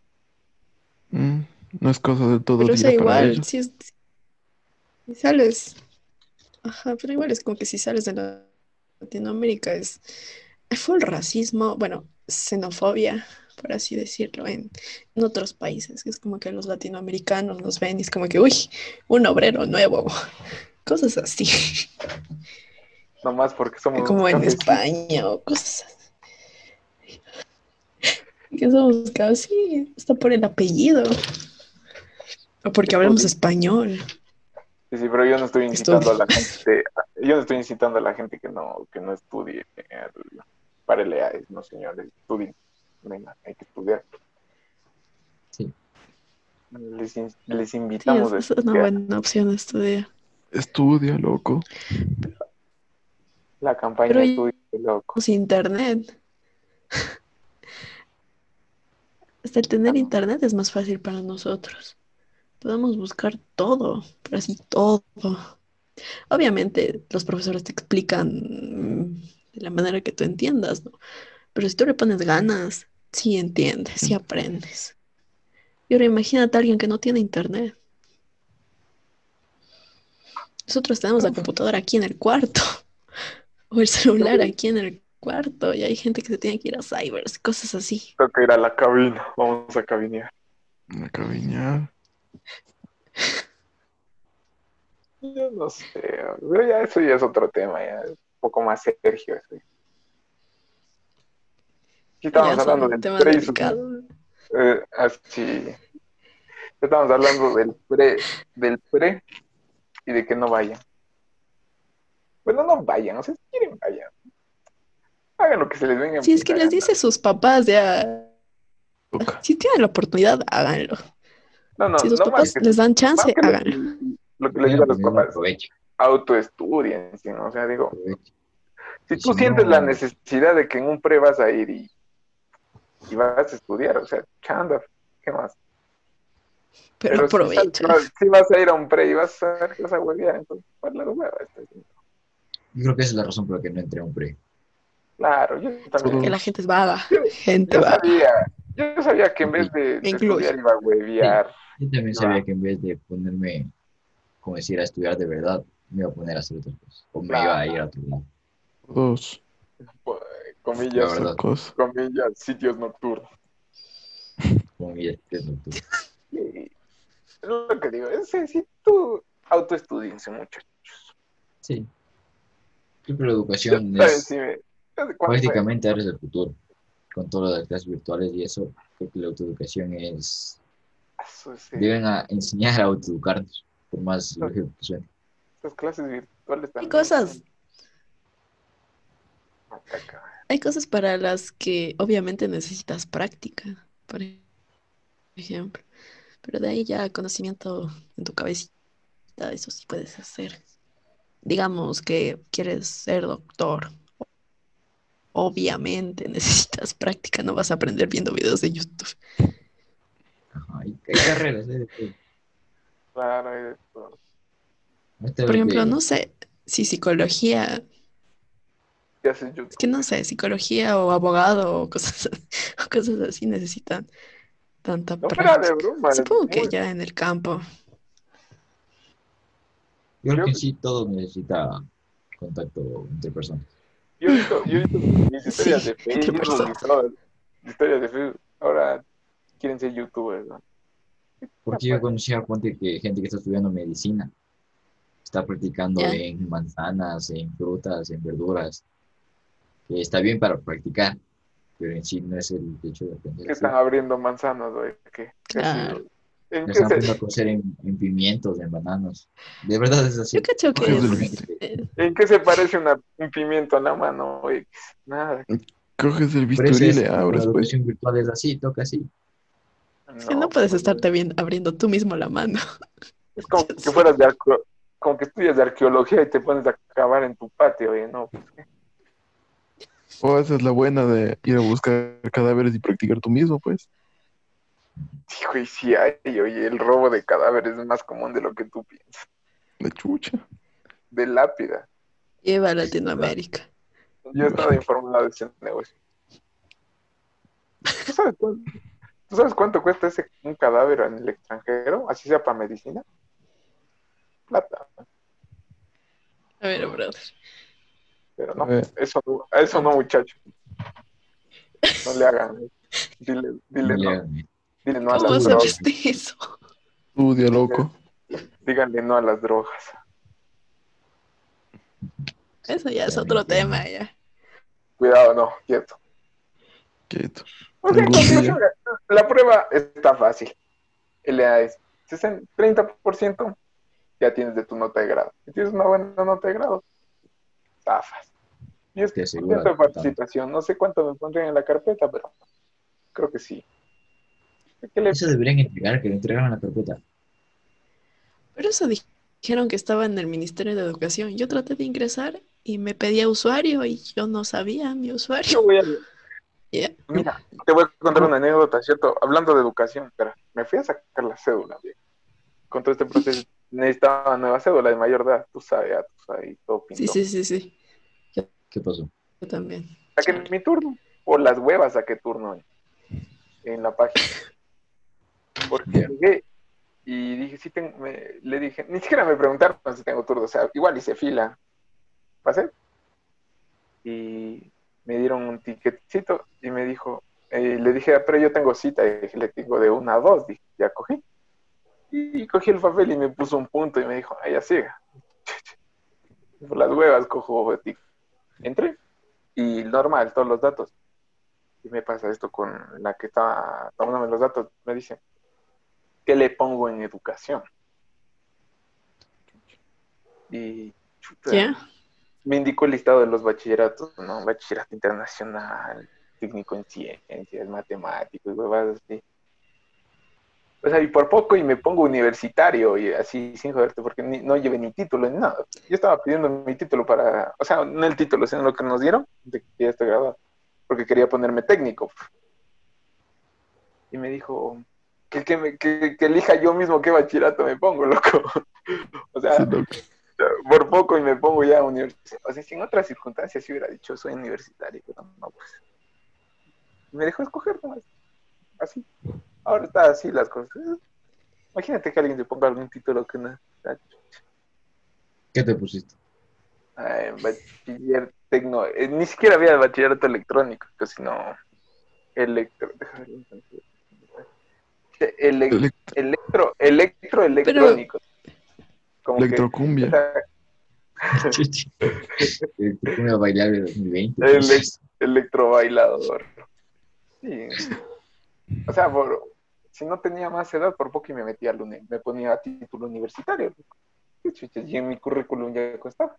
C: Mm, no es cosa de todo
D: Pero o
C: día
D: sea,
C: para
D: igual,
C: ellos.
D: si, es- si sales, ajá, pero igual es como que si sales de la- Latinoamérica es, fue el racismo, bueno, xenofobia, por así decirlo, en, en otros países, que es como que los latinoamericanos nos ven y es como que, uy, un obrero nuevo, cosas así,
E: Nomás porque somos
D: como en
E: cafés.
D: España o cosas así. Que somos casi, hasta por el apellido, o porque hablamos español.
E: Sí, sí, pero yo no estoy
D: Estudia.
E: incitando a la gente, yo no estoy incitando a la gente que no, que no estudie el- para el E EAES, no señores, estudien, venga, hay que estudiar.
B: Sí.
E: Les, in- les
D: Sí, es,
E: invitamos a
D: es una
E: estudiar.
D: buena opción estudiar.
C: Estudia, loco.
E: la campaña
D: Pero-
E: estudia, loco.
D: Pues internet. Hasta el tener internet es más fácil para nosotros. Podemos buscar todo, pero así todo. Obviamente los profesores te explican mm, de la manera que tú entiendas, ¿no? Pero si tú le pones ganas, sí entiendes, sí aprendes. Y ahora imagínate a alguien que no tiene internet. Nosotros tenemos la computadora aquí en el cuarto. O el celular aquí en el cuarto. Y hay gente que se tiene que ir a cybers, cosas así.
E: Tengo que ir a la cabina, vamos a cabinear.
C: Una cabiña.
E: Yo no sé, pero ya eso ya es otro tema, ya es un poco más Sergio. Aquí estábamos
D: Ya son
E: hablando
D: un
E: del
D: tema
E: pre
D: delicado.
E: Eh, así. Estamos hablando del pre, del pre y de que no vayan. Bueno, no vayan, o sea, si quieren, vayan. Hagan lo que se les venga. pues, en
D: Si es que
E: puta
D: les
E: gana.
D: dice a sus papás, ya,
C: Toca.
D: si tienen la oportunidad, háganlo.
E: No, no,
D: Si sus
E: no
D: papás
E: más que,
D: les dan
E: más
D: chance,
E: que lo,
D: háganlo.
E: lo que les digo a los
B: Primero
E: papás,
B: Aprovecha,
E: autoestudien, ¿sí, no? o sea, digo,
B: aprovecha.
E: si tú
B: Si
E: sientes
B: no-
E: la necesidad de que en un pre vas a ir y, y vas a estudiar, o sea, chanda, ¿qué más?
D: Pero
E: si sal-
D: aprovecha.
E: no, si vas a ir a un pre y vas a ver que vas a huevear, entonces, pues la hueva. este,
B: Yo creo que esa es la razón por la que no entré a un pre.
E: Claro, yo
D: Que
E: también.
D: la gente es vaga. Gente
E: Yo
D: vaga.
E: sabía, yo sabía que en vez de, de
D: Me incluyo.
E: estudiar iba a hueviar.
B: Yo también
E: No.
B: sabía que en vez de ponerme, como decir, a estudiar de verdad, me iba a poner a hacer otras cosas. O me
E: Claro.
B: iba a ir a otro lado.
C: Dos.
E: po-
B: La
E: Comillas,
B: verdad,
C: Cosa.
E: comillas, sitios nocturnos.
B: como mi estrés nocturno.
E: Y Lo que digo es, sí, sí, tú autoestudiense mucho.
B: Sí. Creo que la
E: Yo
B: educación
E: también
B: es
E: sí me- ¿cuándo fue?
B: prácticamente ahora es el futuro. Con todas las clases virtuales y eso, creo que la autoeducación es...
E: Ah, su- sí,
B: Deben a enseñar a autoeducarnos, por más lógico que suene.
E: Estas clases virtuales
D: Hay
E: también. Ah,
D: cosas,
E: Ataca.
D: hay cosas para las que obviamente necesitas práctica, por e-, ejemplo. Pero de ahí ya conocimiento en tu cabecita, eso sí puedes hacer. Digamos que quieres ser doctor. Obviamente necesitas práctica, no vas a aprender viendo videos de YouTube.
B: Ajá, hay, hay carreras. ¿eh?
E: Claro, eh, todo.
B: Ahorita
D: Por
B: lo
D: ejemplo,
B: Este, que-
D: no sé si psicología,
E: ¿Qué haces YouTube?
D: es que no sé, psicología o abogado o cosas, o cosas así necesitan tanta
E: No fuera
D: práctica.
E: de broma. es
D: Supongo que
E: muy-
D: ya en el campo.
B: Yo creo
E: Yo-
B: que sí, todo necesita contacto entre personas.
E: Yo he visto, yo he visto mis historias
D: Sí,
E: de
D: entre
E: Facebook,
D: personas.
E: y todo, historias de Facebook. Ahora quieren ser youtubers, ¿no?
B: Porque yo conocía ponte, que gente que está estudiando medicina está practicando
D: Ya.
B: en manzanas, en frutas, en verduras, que está bien para practicar, pero en sí no es el hecho de aprender.
E: que
B: a
E: están
B: hacer.
E: abriendo manzanas, güey. ¿Qué? ¿Qué ha sido?
D: Claro.
E: ¿En
B: Ya
E: qué
B: están
E: se,
B: aprendiendo a cocer en, en pimientos, en bananos. De verdad es así.
D: Yo cacho que
C: Qué
D: es-
C: dulce.
D: eh,
E: en qué se parece una, un pimiento a la mano, güey? Nada.
C: Coges el
B: Por eso
C: bisturí y
B: es-
C: le abres,
B: la
C: pues.
B: educación virtual es así, toca así.
D: es que no
E: pues,
D: puedes estarte bien abriendo tú mismo la mano.
E: Es como que fueras de arqueo- como que estudias de arqueología y te pones a cavar en tu patio, güey, ¿no?
C: O esa es la buena de ir a buscar cadáveres y practicar tú mismo, pues.
E: Sí, güey, sí hay, oye, el robo de cadáveres es más común de lo que tú piensas.
C: La chucha.
E: De lápida.
D: Lleva a Latinoamérica.
E: Yo estaba informado de ese negocio. ¿Tú sabes cuánto, tú sabes cuánto cuesta ese, un cadáver en el extranjero? Así sea para medicina. Plata.
D: A ver, brother.
E: Pero no,
C: A ver.
E: eso, no- a eso no, muchacho. No le hagan. Dile, dile no. Dile no a
D: ¿Cómo
E: las drogas.
D: sabes de eso?
C: Estudia, loco.
E: Díganle no a las drogas.
D: Eso ya es otro tema, ya.
E: Cuidado, no, quieto.
C: Quieto.
E: O sea, en
C: Algún
E: conclusión, la prueba está fácil. LA es 60 30%, ya tienes de tu nota de grado. Si tienes una buena nota de grado, zafas. Y es
B: Te
E: que
B: aseguro
E: de
B: bastante.
E: participación. No sé cuánto me pondrían en la carpeta, pero creo que sí. ¿Qué le-
B: Eso deberían entregar, que lo entregaron a la carpeta.
D: Pero eso di- dijeron que estaba en el Ministerio de Educación. Yo traté de ingresar y me pedía usuario y yo no sabía mi
E: Yo
D: usuario.
E: voy a-
D: Ya.
E: Mira, te voy a contar una anécdota, ¿cierto? Hablando de educación, espera, me fui a sacar la cédula, bien. Con todo este proceso necesitaba nueva cédula de mayor edad, tú sabes, ya, tú sabes, y todo pintó.
D: Sí, sí, sí, sí.
B: ¿Qué pasó?
D: Yo también.
E: Saqué mi turno. Por las huevas saqué turno en, en la página. Porque
B: Ya.
E: llegué y dije, sí tengo, me- le dije, ni siquiera me preguntaron si tengo turno, o sea, igual hice fila. Pasé. Y me dieron un tiquetcito y me dijo, eh, le dije, "Ah, pero yo tengo cita, y dije, le tengo de una a dos, dije, ya cogí. Y cogí el papel y me puso un punto y me dijo, ah, ya siga. Por las huevas cojo tic. Entré y normal, todos los datos. Y me pasa esto con la que estaba tomándome los datos. Me dice, ¿qué le pongo en educación? Y chuta,
D: ¿Ya?
E: me indicó el listado de los bachilleratos, ¿no? Bachillerato internacional, técnico en ciencias, matemáticos, huevadas así. O sea, y por poco y me pongo universitario y así sin joderte porque ni- no llevé ni título ni nada. Yo estaba pidiendo mi título para, o sea, no el título, sino lo que nos dieron de que ya estoy graduado, porque quería ponerme técnico. Y me dijo que, que, me- que- que elija yo mismo qué bachillerato me pongo, loco. O
B: Ah,
E: sea,
C: Sí, loco.
E: por poco y me pongo ya universitario. O sea, si en otras circunstancias sí hubiera dicho soy universitario, pero no, pues. Me dejó escoger nomás. Así. Ahora está así las cosas. Imagínate que alguien se ponga algún título que no.
B: ¿Qué te pusiste?
E: Ay, bachiller tecno. eh, ni siquiera había bachillerato electrónico, sino. Electro. déjame ver. Ele-
C: Elect-
E: electro, electro, electrónico. Como que- o
C: Electrocumbia.
E: sea,
B: Eh, ¿Tú cómo iba a bailar en pues. 2020?
E: El ex- electrobailador. Sí. O sea, por- si no tenía más edad, por poco y me metía al uni- me ponía a título universitario. Qué chuches, Y en mi currículum ya costaba.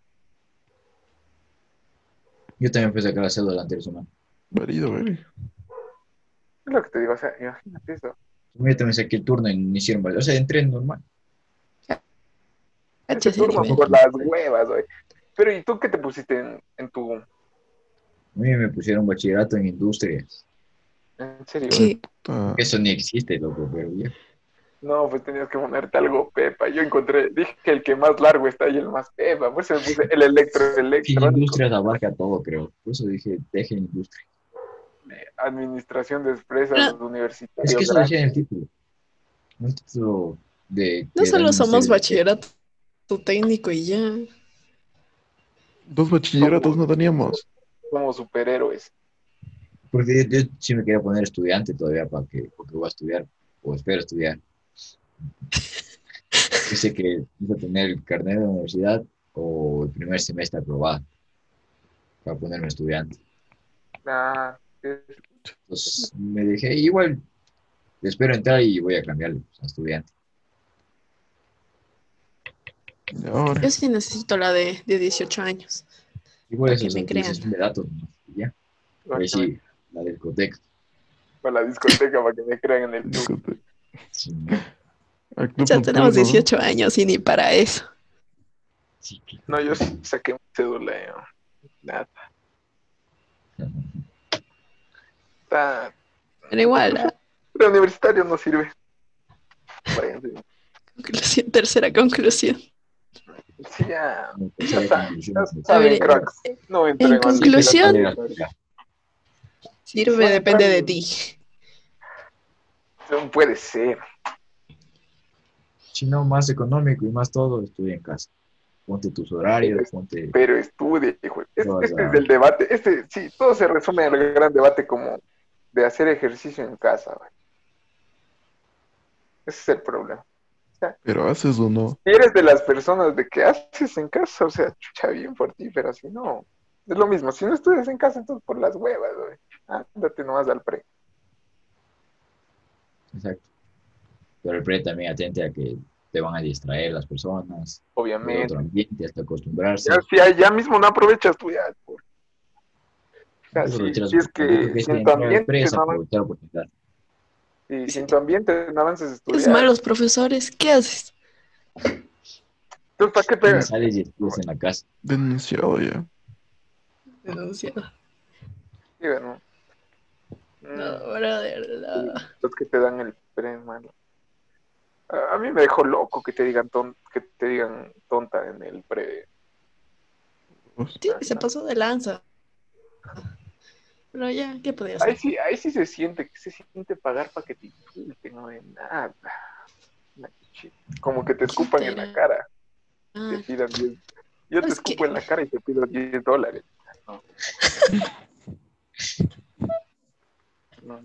B: Yo también fui a sacar la cédula la anterior semana.
C: Varido, güey.
E: Es lo que te digo, o sea, imagínate eso.
B: Yo también saqué el turno y me hicieron bailar. O sea, entré normal.
E: Ese
D: H, sí,
E: Este turno
D: nivel.
E: por las huevas, güey. Pero, ¿y tú qué te pusiste en, en tu...
B: A mí me pusieron bachillerato en industrias.
E: En serio,
D: ¿Qué?
C: Ah,
B: Eso ni existe, loco, pero ya.
E: no, pues tenías que ponerte algo pepa. Yo encontré, dije que el que más largo está y el más pepa. Por eso me puse el electro,
B: Sí,
E: electrónico.
B: industrias abarca todo, creo. Por eso dije, dejen industria.
E: Administración de empresas, universitario.
B: Es que eso
E: grande.
B: decía en el título. En el título de. que
D: No
B: era
D: solo somos
B: industrial.
D: bachillerato técnico y ya.
C: dos bachilleratos no teníamos.
E: Somos superhéroes.
B: Porque yo, yo sí me quería poner estudiante todavía para que, porque voy a estudiar, o espero estudiar. Yo sé que voy a tener el carnet de la universidad o el primer semestre aprobado para ponerme estudiante.
E: Ah, es-
B: Pues Entonces me dije, igual, espero entrar y voy a cambiarle pues, a estudiante.
C: Y ahora.
D: Yo sí necesito la de, de 18 años.
B: Igual
D: Para
B: eso
D: que
B: es
D: me
B: actualización de datos, ¿no? Y ya. Ahí sí, la del Cotec.
E: Para la discoteca, para que me crean en el club.
C: discoteca.
B: Sí,
C: Al club
D: Ya tenemos
C: nocturno, ¿no?
D: 18 años y ni para eso.
B: sí, que-
E: No, yo sí saqué mi cédula. eh. Nada. Está-
D: Pero igual, la
E: Pero universitario no sirve. Váyanse.
D: conclusión, tercera conclusión.
E: Sí, ya.
B: Empezar a
E: está.
B: conclusiones
E: Ya
B: de-
E: saben,
D: ver,
E: cracks. No entren
D: eh, en
E: más.
D: conclusión- Sirve,
E: Bueno,
D: depende de
E: claro.
D: ti.
E: No puede ser.
B: Si no, más económico y más todo, estudia en casa. Ponte tus horarios, ponte...
E: Pero estudie, hijo. Es-
B: No,
E: este
B: ya.
E: es el debate. Este, sí, todo se resume al gran debate como de hacer ejercicio en casa, güey. Ese es el problema.
C: Pero haces o no.
E: Si eres de las personas de que haces en casa, o sea, chucha bien por ti, pero si no, es lo mismo. Si no estudias en casa, entonces por las huevas, güey. Ándate nomás al pre.
B: Exacto. Pero el pre también atente a que te van a distraer las personas, de
E: Obviamente.
B: otro ambiente, hasta acostumbrarse.
E: Ya, si hay- ya mismo no aprovechas tu edad. por- O sea,
B: Pero
E: si,
B: tras-
E: si es
B: yo creo
E: que
B: es
E: si en tu
B: entrar al pre
E: ambiente
B: es
E: no,
B: aprovechar la oportunidad.
E: si, si en tu ambiente no avanzas a estudiar,
D: Es malos profesores, ¿qué haces?
E: entonces ¿para qué
B: Tú no
E: pegas?
B: sales y estudias en la casa.
C: Denunciado ya.
D: Denunciado.
E: Sí, bueno. Mm,
D: No, brother, no.
E: Los que te dan el pre, mano. A a mí me dejó loco que te digan ton- que te digan tonta en el pre.
C: Pues,
D: Sí, se pasó de lanza. Pero ya, ¿qué podía
E: Ahí
D: hacer?
E: sí, ahí sí se siente, que se siente pagar para que te insulten, no de nada. Una chi- Como que te escupan en la cara, te
D: Ah,
E: pidan 10. Yo te
D: Es que-
E: escupo en la cara y te pido 10 dólares. No. No.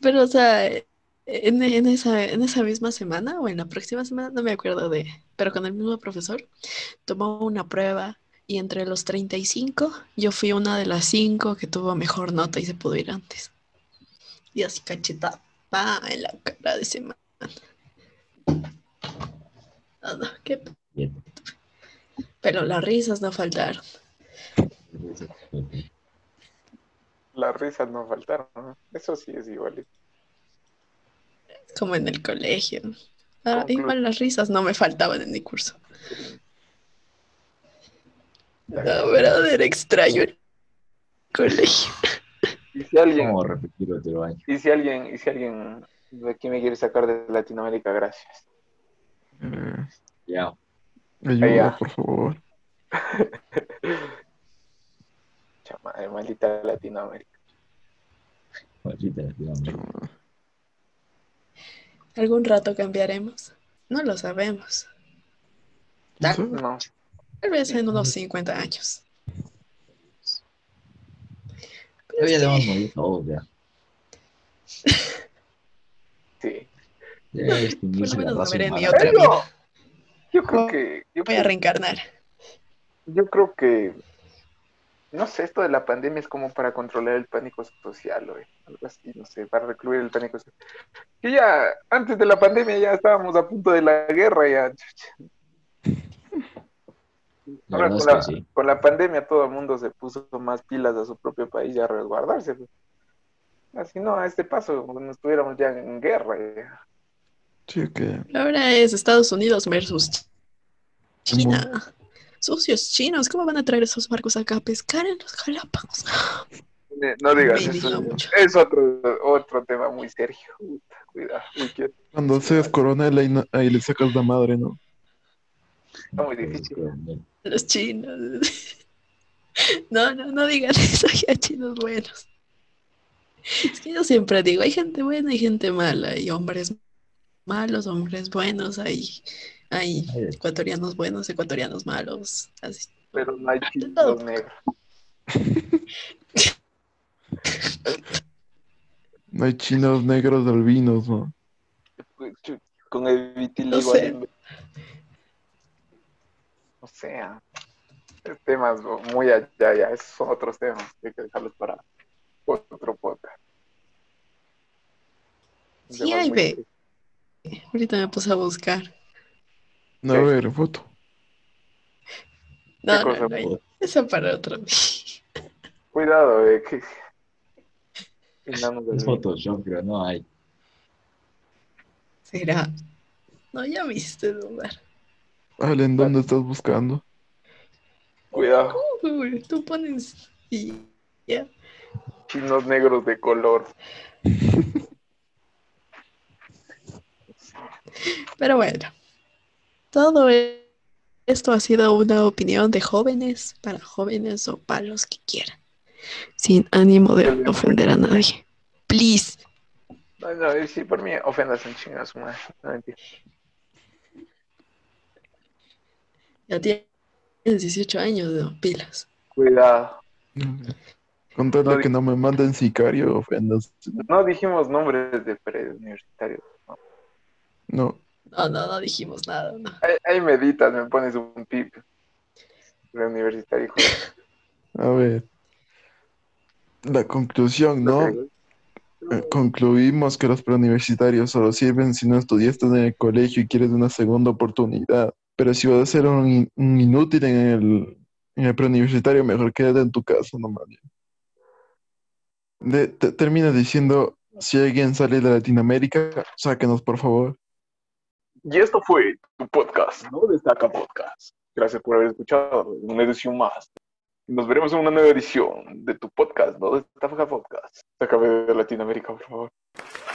D: pero, o sea, en, en esa, en esa misma semana o en la próxima semana, no me acuerdo de, pero con el mismo profesor, tomó una prueba y entre los 35, yo fui una de las 5 que tuvo mejor nota y se pudo ir antes. Y así cachetada pa, en la cara de ese man. Ah, No, no, qué p-
B: Bien.
D: pero las risas no faltaron.
E: Las risas no faltaron. ¿no? Eso sí es igual.
D: como en el colegio. Ah,
E: Conclu-
D: igual las risas no me faltaban en mi curso. No, brother, extraño el colegio.
E: Y si alguien
B: ¿Cómo repetir otro año?
E: Y si alguien, y si alguien de aquí me quiere sacar de Latinoamérica, gracias.
C: eh,
B: Ya,
C: ayuda,
E: ya.
C: por favor.
E: Chama, eh, maldita Latinoamérica.
B: ahorita les digo, hombre.
D: Algún rato cambiaremos. No lo sabemos.
C: ¿Quién sabe?
E: No,
D: Tal vez en unos 50 años. Pero
B: Pero ya
D: es
B: debemos
D: que-
B: morir todos, ya.
E: sí.
B: Ya extinguirse la
D: menos no
B: raza
D: veré ni
B: humana.
D: otra.
E: Pero yo, yo creo que, yo,
D: voy a
E: creo-
D: reencarnar.
E: yo creo que, no sé, esto de la pandemia es como para controlar el pánico social, güey. Algo así, no sé, para recluir el pánico social. Que ya, antes de la pandemia ya estábamos a punto de la guerra, ya.
B: La verdad
E: Ahora con
B: es
E: la,
B: que sí.
E: con la pandemia todo el mundo se puso más pilas a su propio país y a resguardarse. pues. Así no, a este paso no estuviéramos ya en guerra. ya.
C: Sí, que
D: Ahora es Estados Unidos versus China. Sucios chinos, ¿cómo van a traer esos barcos acá a pescar en los Galápagos?
E: Ne- No digas
D: Me indigna
E: eso.
D: mucho.
E: Es otro, otro tema muy serio. Puta, Cuidado, uy, que
C: cuando seas coronel ahí, no- ahí le sacas la madre, ¿no?
E: está muy difícil.
D: Los chinos. No, no, no digan eso, que hay chinos buenos. Es que yo siempre digo, hay gente buena y gente mala, y hombres malos, hombres buenos, hay, hay
B: Ay, es-
D: ecuatorianos buenos, ecuatorianos malos, así.
E: Pero no hay chinos negros.
C: No hay chinos negros albinos, ¿no?
E: Chu- Con el vitiligo.
D: No sé.
E: ahí. O sea, ah. es temas muy allá, ya. Esos son otros temas. Hay que dejarlos para otro podcast.
D: Sí,
E: Temas
D: hay,
E: muy
D: ve. Ahorita me puse a buscar.
C: No,
E: Sí.
C: a ver, foto.
D: No,
E: ¿Qué cosa,
D: no, no,
E: pues?
D: eso para otro día.
E: Cuidado, ve, que... Pintamos el-
B: Es Photoshop, pero no hay.
D: Será. No, ya viste, Dumbar.
C: Allen, ¿dónde estás buscando?
E: Cuidado,
D: Uy, tú pones y ya.
E: chinos negros de color.
D: Pero bueno, todo Esto ha sido una opinión de jóvenes para jóvenes o para los que quieran, sin ánimo de ofender a nadie. Please.
E: No, no, y si por mí ofendas en chingas, madre. No mentira.
D: Ya tienes 18 años, ¿no? pilas.
E: Cuidado.
C: Con tal de
E: No,
C: que no me manden sicario, ofendas.
E: No dijimos nombres de preuniversitarios. ¿no?
C: No.
D: No, no, no dijimos nada. No.
E: Ahí, ahí meditas, me pones un pip. Preuniversitario. hijo de-
C: A ver. La conclusión, ¿no? Eh, Concluimos que los preuniversitarios solo sirven si no estudiaste en el colegio y quieres una segunda oportunidad. Pero si vas a ser un, in- un inútil en el, en el preuniversitario, mejor quédate en tu casa, no mames. De- te- termina diciendo, si alguien sale de Latinoamérica, sáquenos, por favor.
E: Y esto fue tu podcast, ¿no? Destaca Podcast. Gracias por haber escuchado una edición más. Nos veremos en una nueva edición de tu podcast, ¿no? Destaca Podcast. Sácame de Latinoamérica, por favor.